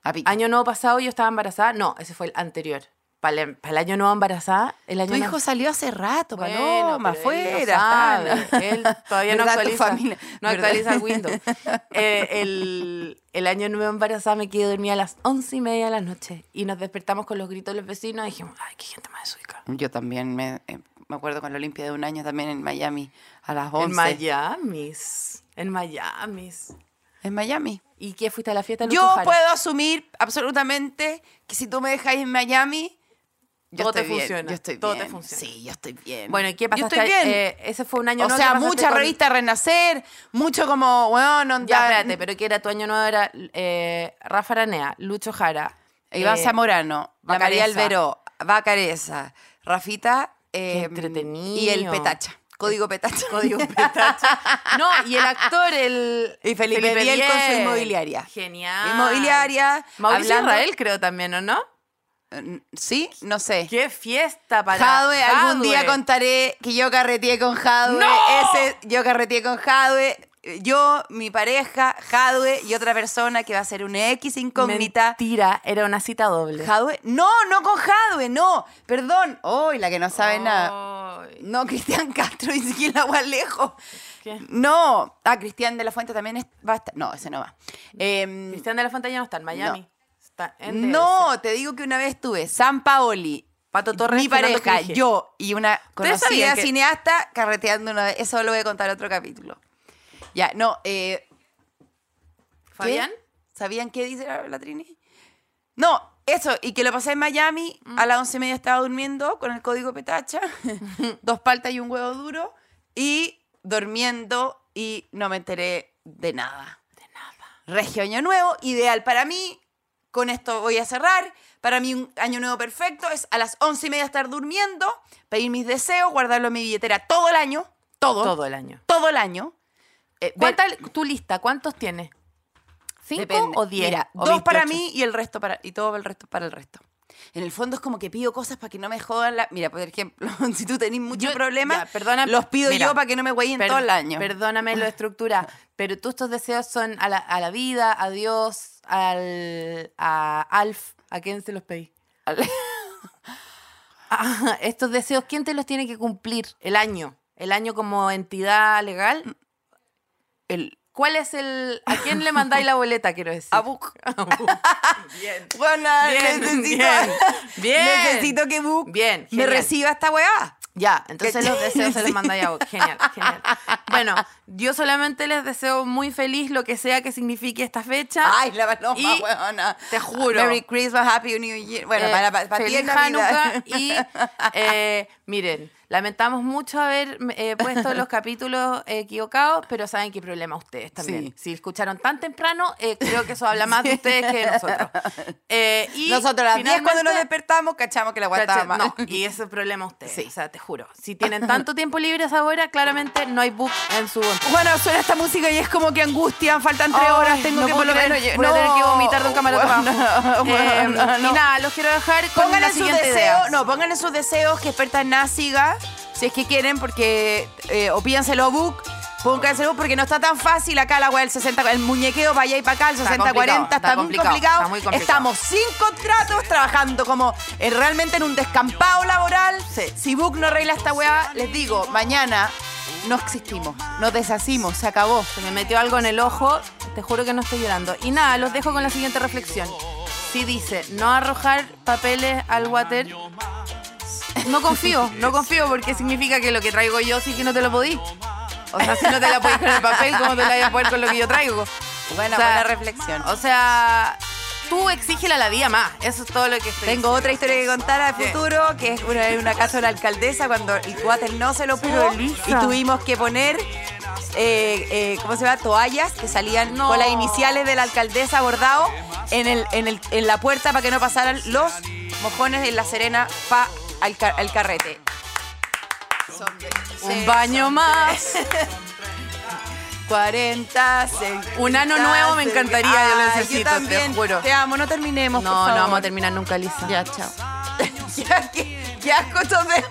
Speaker 4: A pique.
Speaker 3: Año nuevo pasado yo estaba embarazada. No, ese fue el anterior. Para el, para el año nuevo embarazada, el año
Speaker 4: Tu hijo salió hace rato, Paloma, Eh,
Speaker 3: más
Speaker 4: fuera.
Speaker 3: Él todavía no
Speaker 4: ¿Verdad? Tu
Speaker 3: actualiza.
Speaker 4: familia,
Speaker 3: no
Speaker 4: ¿verdad?
Speaker 3: actualiza el Windows. Eh, el, el año nuevo embarazada me quedé dormida a las once y media de la noche. Y nos despertamos con los gritos de los vecinos y dijimos, ay, qué gente más desubicada.
Speaker 4: Yo también me, eh, me acuerdo con la Olimpia de un año también en Miami, a las 11.
Speaker 3: En Miami. En Miami.
Speaker 4: En Miami.
Speaker 3: ¿Y qué fuiste a la fiesta de
Speaker 4: Yo puedo asumir absolutamente que si tú me dejáis en Miami, yo
Speaker 3: Todo te
Speaker 4: estoy bien,
Speaker 3: funciona,
Speaker 4: Yo estoy
Speaker 3: todo te
Speaker 4: bien.
Speaker 3: funciona.
Speaker 4: Sí, yo estoy bien.
Speaker 3: Bueno, ¿y qué pasaste?
Speaker 4: Yo estoy bien.
Speaker 3: Eh, ese fue un año
Speaker 4: o
Speaker 3: nuevo.
Speaker 4: sea,
Speaker 3: que pasaste
Speaker 4: mucha
Speaker 3: con-
Speaker 4: revista Renacer, mucho como, weón, onda. eh,
Speaker 3: Ya, espérate, pero que era tu año nuevo, era eh, Rafa Aranea, Lucho Jara.
Speaker 4: Iván
Speaker 3: eh,
Speaker 4: Zamorano, la María
Speaker 3: Vacareza.
Speaker 4: Alberó, Vacareza, Rafita eh,
Speaker 3: entretenido.
Speaker 4: y el Petacha. Código Petacha.
Speaker 3: Código Petacha. No, y el actor, el.
Speaker 4: Y Felipe Biel con su inmobiliaria.
Speaker 3: Genial.
Speaker 4: Inmobiliaria,
Speaker 3: Ah. Mauricio
Speaker 4: hablando- Mm,
Speaker 3: Israel, creo también, ¿o no?
Speaker 4: ¿Sí? No sé.
Speaker 3: ¡Qué fiesta para.
Speaker 4: Jadwe, algún día
Speaker 3: Jadwe!
Speaker 4: contaré que yo carreteé con Jadwe.
Speaker 3: ¡No!
Speaker 4: Ese, yo carreteé con Jadwe. eh, yo, mi pareja, Jadwe y otra persona que va a ser una X incógnita.
Speaker 3: Mentira, era una cita doble.
Speaker 4: Jadwe. No, no con Jadwe, no. Perdón. Hoy la que no sabe
Speaker 3: Oh.
Speaker 4: nada.
Speaker 3: Ay.
Speaker 4: No, Cristian Castro y siquiera Gualejo.
Speaker 3: ¿Qué?
Speaker 4: No. Ah, Cristian de la Fuente también es- va a estar. No, ese no va. Em,
Speaker 3: Cristian de la Fontaña no está en Miami.
Speaker 4: No.
Speaker 3: Está en TS.
Speaker 4: no, te digo que una vez estuve San Paoli,
Speaker 3: Pato Torres,
Speaker 4: mi
Speaker 3: Fernando
Speaker 4: pareja,
Speaker 3: Kirchner.
Speaker 4: yo y una
Speaker 3: ¿Ustedes
Speaker 4: conocida
Speaker 3: sabían que-
Speaker 4: cineasta carreteando una vez. Eso lo voy a contar en otro capítulo. Ya, no. Eh, ¿Qué?
Speaker 3: ¿Fabián?
Speaker 4: ¿Sabían qué dice la, la Trini? No, eso, y que lo pasé en Miami,
Speaker 3: Mm.
Speaker 4: a las once y media estaba durmiendo con el código petacha, dos paltas y un huevo duro, y durmiendo y no me enteré de nada. De nada. Regio Año Nuevo, ideal para mí, con esto voy a cerrar, para mí un Año Nuevo perfecto es a las once y media estar durmiendo, pedir mis deseos, guardarlo en mi billetera todo el año, todo, todo,
Speaker 3: Todo el año.
Speaker 4: el año. Eh, ver-
Speaker 3: ¿Cuánta, tu lista, ¿cuántos tienes? ¿Cinco
Speaker 4: Depende.
Speaker 3: o diez?
Speaker 4: Mira,
Speaker 3: o
Speaker 4: dos para
Speaker 3: 28?
Speaker 4: mí y el resto para y todo el resto para el resto. En el fondo es como que pido cosas para que no me jodan la. Mira, por ejemplo, si tú tenés muchos
Speaker 3: Yo-
Speaker 4: problemas,
Speaker 3: ya, perdona-
Speaker 4: los pido
Speaker 3: mira,
Speaker 4: yo para que no me huellen
Speaker 3: Per-
Speaker 4: todo el año.
Speaker 3: Perdóname lo estructura, pero todos estos deseos son a la, a la vida, a Dios, al, a Alf. ¿A quién se los pedí?
Speaker 4: Al-
Speaker 3: Ah, estos deseos, ¿quién te los tiene que cumplir? El año. El año como entidad legal.
Speaker 4: Mm, El
Speaker 3: ¿Cuál es el. ¿A quién le mandáis la boleta, quiero decir?
Speaker 4: abuc. Bueno,
Speaker 3: Bien,
Speaker 4: necesito,
Speaker 3: bien, bien.
Speaker 4: necesito que Buc
Speaker 3: Bien,
Speaker 4: me
Speaker 3: genial.
Speaker 4: reciba esta weá.
Speaker 3: Ya, entonces
Speaker 4: ¿Cachai?
Speaker 3: los deseos se los
Speaker 4: Sí.
Speaker 3: mandáis a vos. Genial, genial. Bueno, yo solamente les deseo muy feliz lo que sea que signifique esta fecha.
Speaker 4: Ay, la paloma,
Speaker 3: Ah. Y
Speaker 4: weona.
Speaker 3: te juro.
Speaker 4: Merry Christmas, Happy New Year. Bueno,
Speaker 3: Eh,
Speaker 4: para, para, para ti es
Speaker 3: feliz
Speaker 4: Navidad.
Speaker 3: Hanukkah y eh, miren, lamentamos mucho haber eh, puesto los capítulos eh, equivocados, pero saben qué problema ustedes también.
Speaker 4: Sí.
Speaker 3: Si escucharon tan temprano, eh, creo que eso habla más de ustedes que de nosotros. Eh, y
Speaker 4: Nosotros a las 10 cuando nos
Speaker 3: finalmente-
Speaker 4: despertamos, cachamos que la weá estaba
Speaker 3: Cacha-
Speaker 4: mal.
Speaker 3: No, y ese es el problema de ustedes.
Speaker 4: Sí.
Speaker 3: O sea, te juro. Si tienen tanto tiempo libre a esa hora, claramente no hay book en su
Speaker 4: Bueno, suena esta música y es como que angustia, faltan tres
Speaker 3: Ay,
Speaker 4: horas, tengo
Speaker 3: no
Speaker 4: que
Speaker 3: puedo
Speaker 4: por lo
Speaker 3: creer,
Speaker 4: menos... lle-
Speaker 3: voy a tener que vomitar de un camarote para abajo.
Speaker 4: bueno,
Speaker 3: Em,
Speaker 4: no, no.
Speaker 3: Y nada, los quiero dejar con
Speaker 4: Pongan
Speaker 3: la
Speaker 4: en sus
Speaker 3: siguiente
Speaker 4: deseos,
Speaker 3: idea.
Speaker 4: no, pongan en sus deseos que experta en nada siga, si es que quieren, porque eh, o pídanselo a Book, pónganselo porque no está tan fácil acá la weá del 60, el muñequeo para allá y para acá, el
Speaker 3: Está
Speaker 4: 60-40, está,
Speaker 3: complicado, está
Speaker 4: muy
Speaker 3: complicado,
Speaker 4: complicado.
Speaker 3: está muy complicado.
Speaker 4: Estamos sin contratos, trabajando como eh, realmente en un descampado laboral. Si Book no arregla esta weá, les digo, mañana no existimos, nos deshacimos, se acabó.
Speaker 3: Se me metió algo en el ojo, te juro que no estoy llorando. Y nada, los dejo con la siguiente reflexión. Si dice no arrojar papeles al water, no confío, no confío porque significa que lo que traigo yo sí que no te lo podí. O sea, si no te la podís con el papel, ¿cómo te la voy a poder con lo que yo traigo?
Speaker 4: Buena,
Speaker 3: O sea,
Speaker 4: buena reflexión.
Speaker 3: O sea, tú exígela la vida más. Eso es todo lo que estoy
Speaker 4: Tengo otra historia que contar al futuro, que es una, una casa de la alcaldesa cuando el water no se lo pudo
Speaker 3: Elisa.
Speaker 4: y tuvimos que poner, eh, eh, ¿cómo se llama? Toallas que salían
Speaker 3: No.
Speaker 4: con las iniciales de la alcaldesa bordado en, el, en, el- en la puerta para que no pasaran los mojones de La Serena pa al, ca- al carrete.
Speaker 3: Un baño más.
Speaker 4: 40, se-
Speaker 3: Un ano nuevo me encantaría, yo lo
Speaker 4: Ay,
Speaker 3: necesito, te
Speaker 4: también,
Speaker 3: juro.
Speaker 4: Te amo, no terminemos. por
Speaker 3: No, no
Speaker 4: favor.
Speaker 3: vamos a terminar nunca, Lisa.
Speaker 4: Ya, chao. ya, qué, qué asco estos dedos.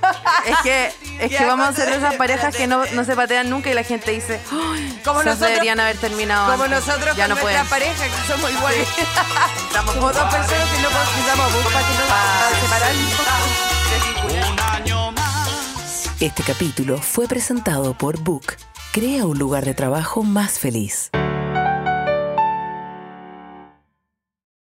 Speaker 3: Es que, es que
Speaker 4: Ya,
Speaker 3: vamos a
Speaker 4: cuando-
Speaker 3: ser de esas parejas que no, no se patean nunca y la gente dice, "Ay,
Speaker 4: Como
Speaker 3: esas
Speaker 4: nosotros-
Speaker 3: deberían haber terminado.
Speaker 4: Como
Speaker 3: antes".
Speaker 4: nosotros
Speaker 3: ya
Speaker 4: con
Speaker 3: no
Speaker 4: nuestra
Speaker 3: pueden.
Speaker 4: pareja, que somos iguales. Estamos como dos personas y no necesitamos buscar para que no-
Speaker 3: Ah,
Speaker 4: para separarnos.
Speaker 2: Un año más.
Speaker 1: Este capítulo fue presentado por Book. Crea un lugar de trabajo más feliz.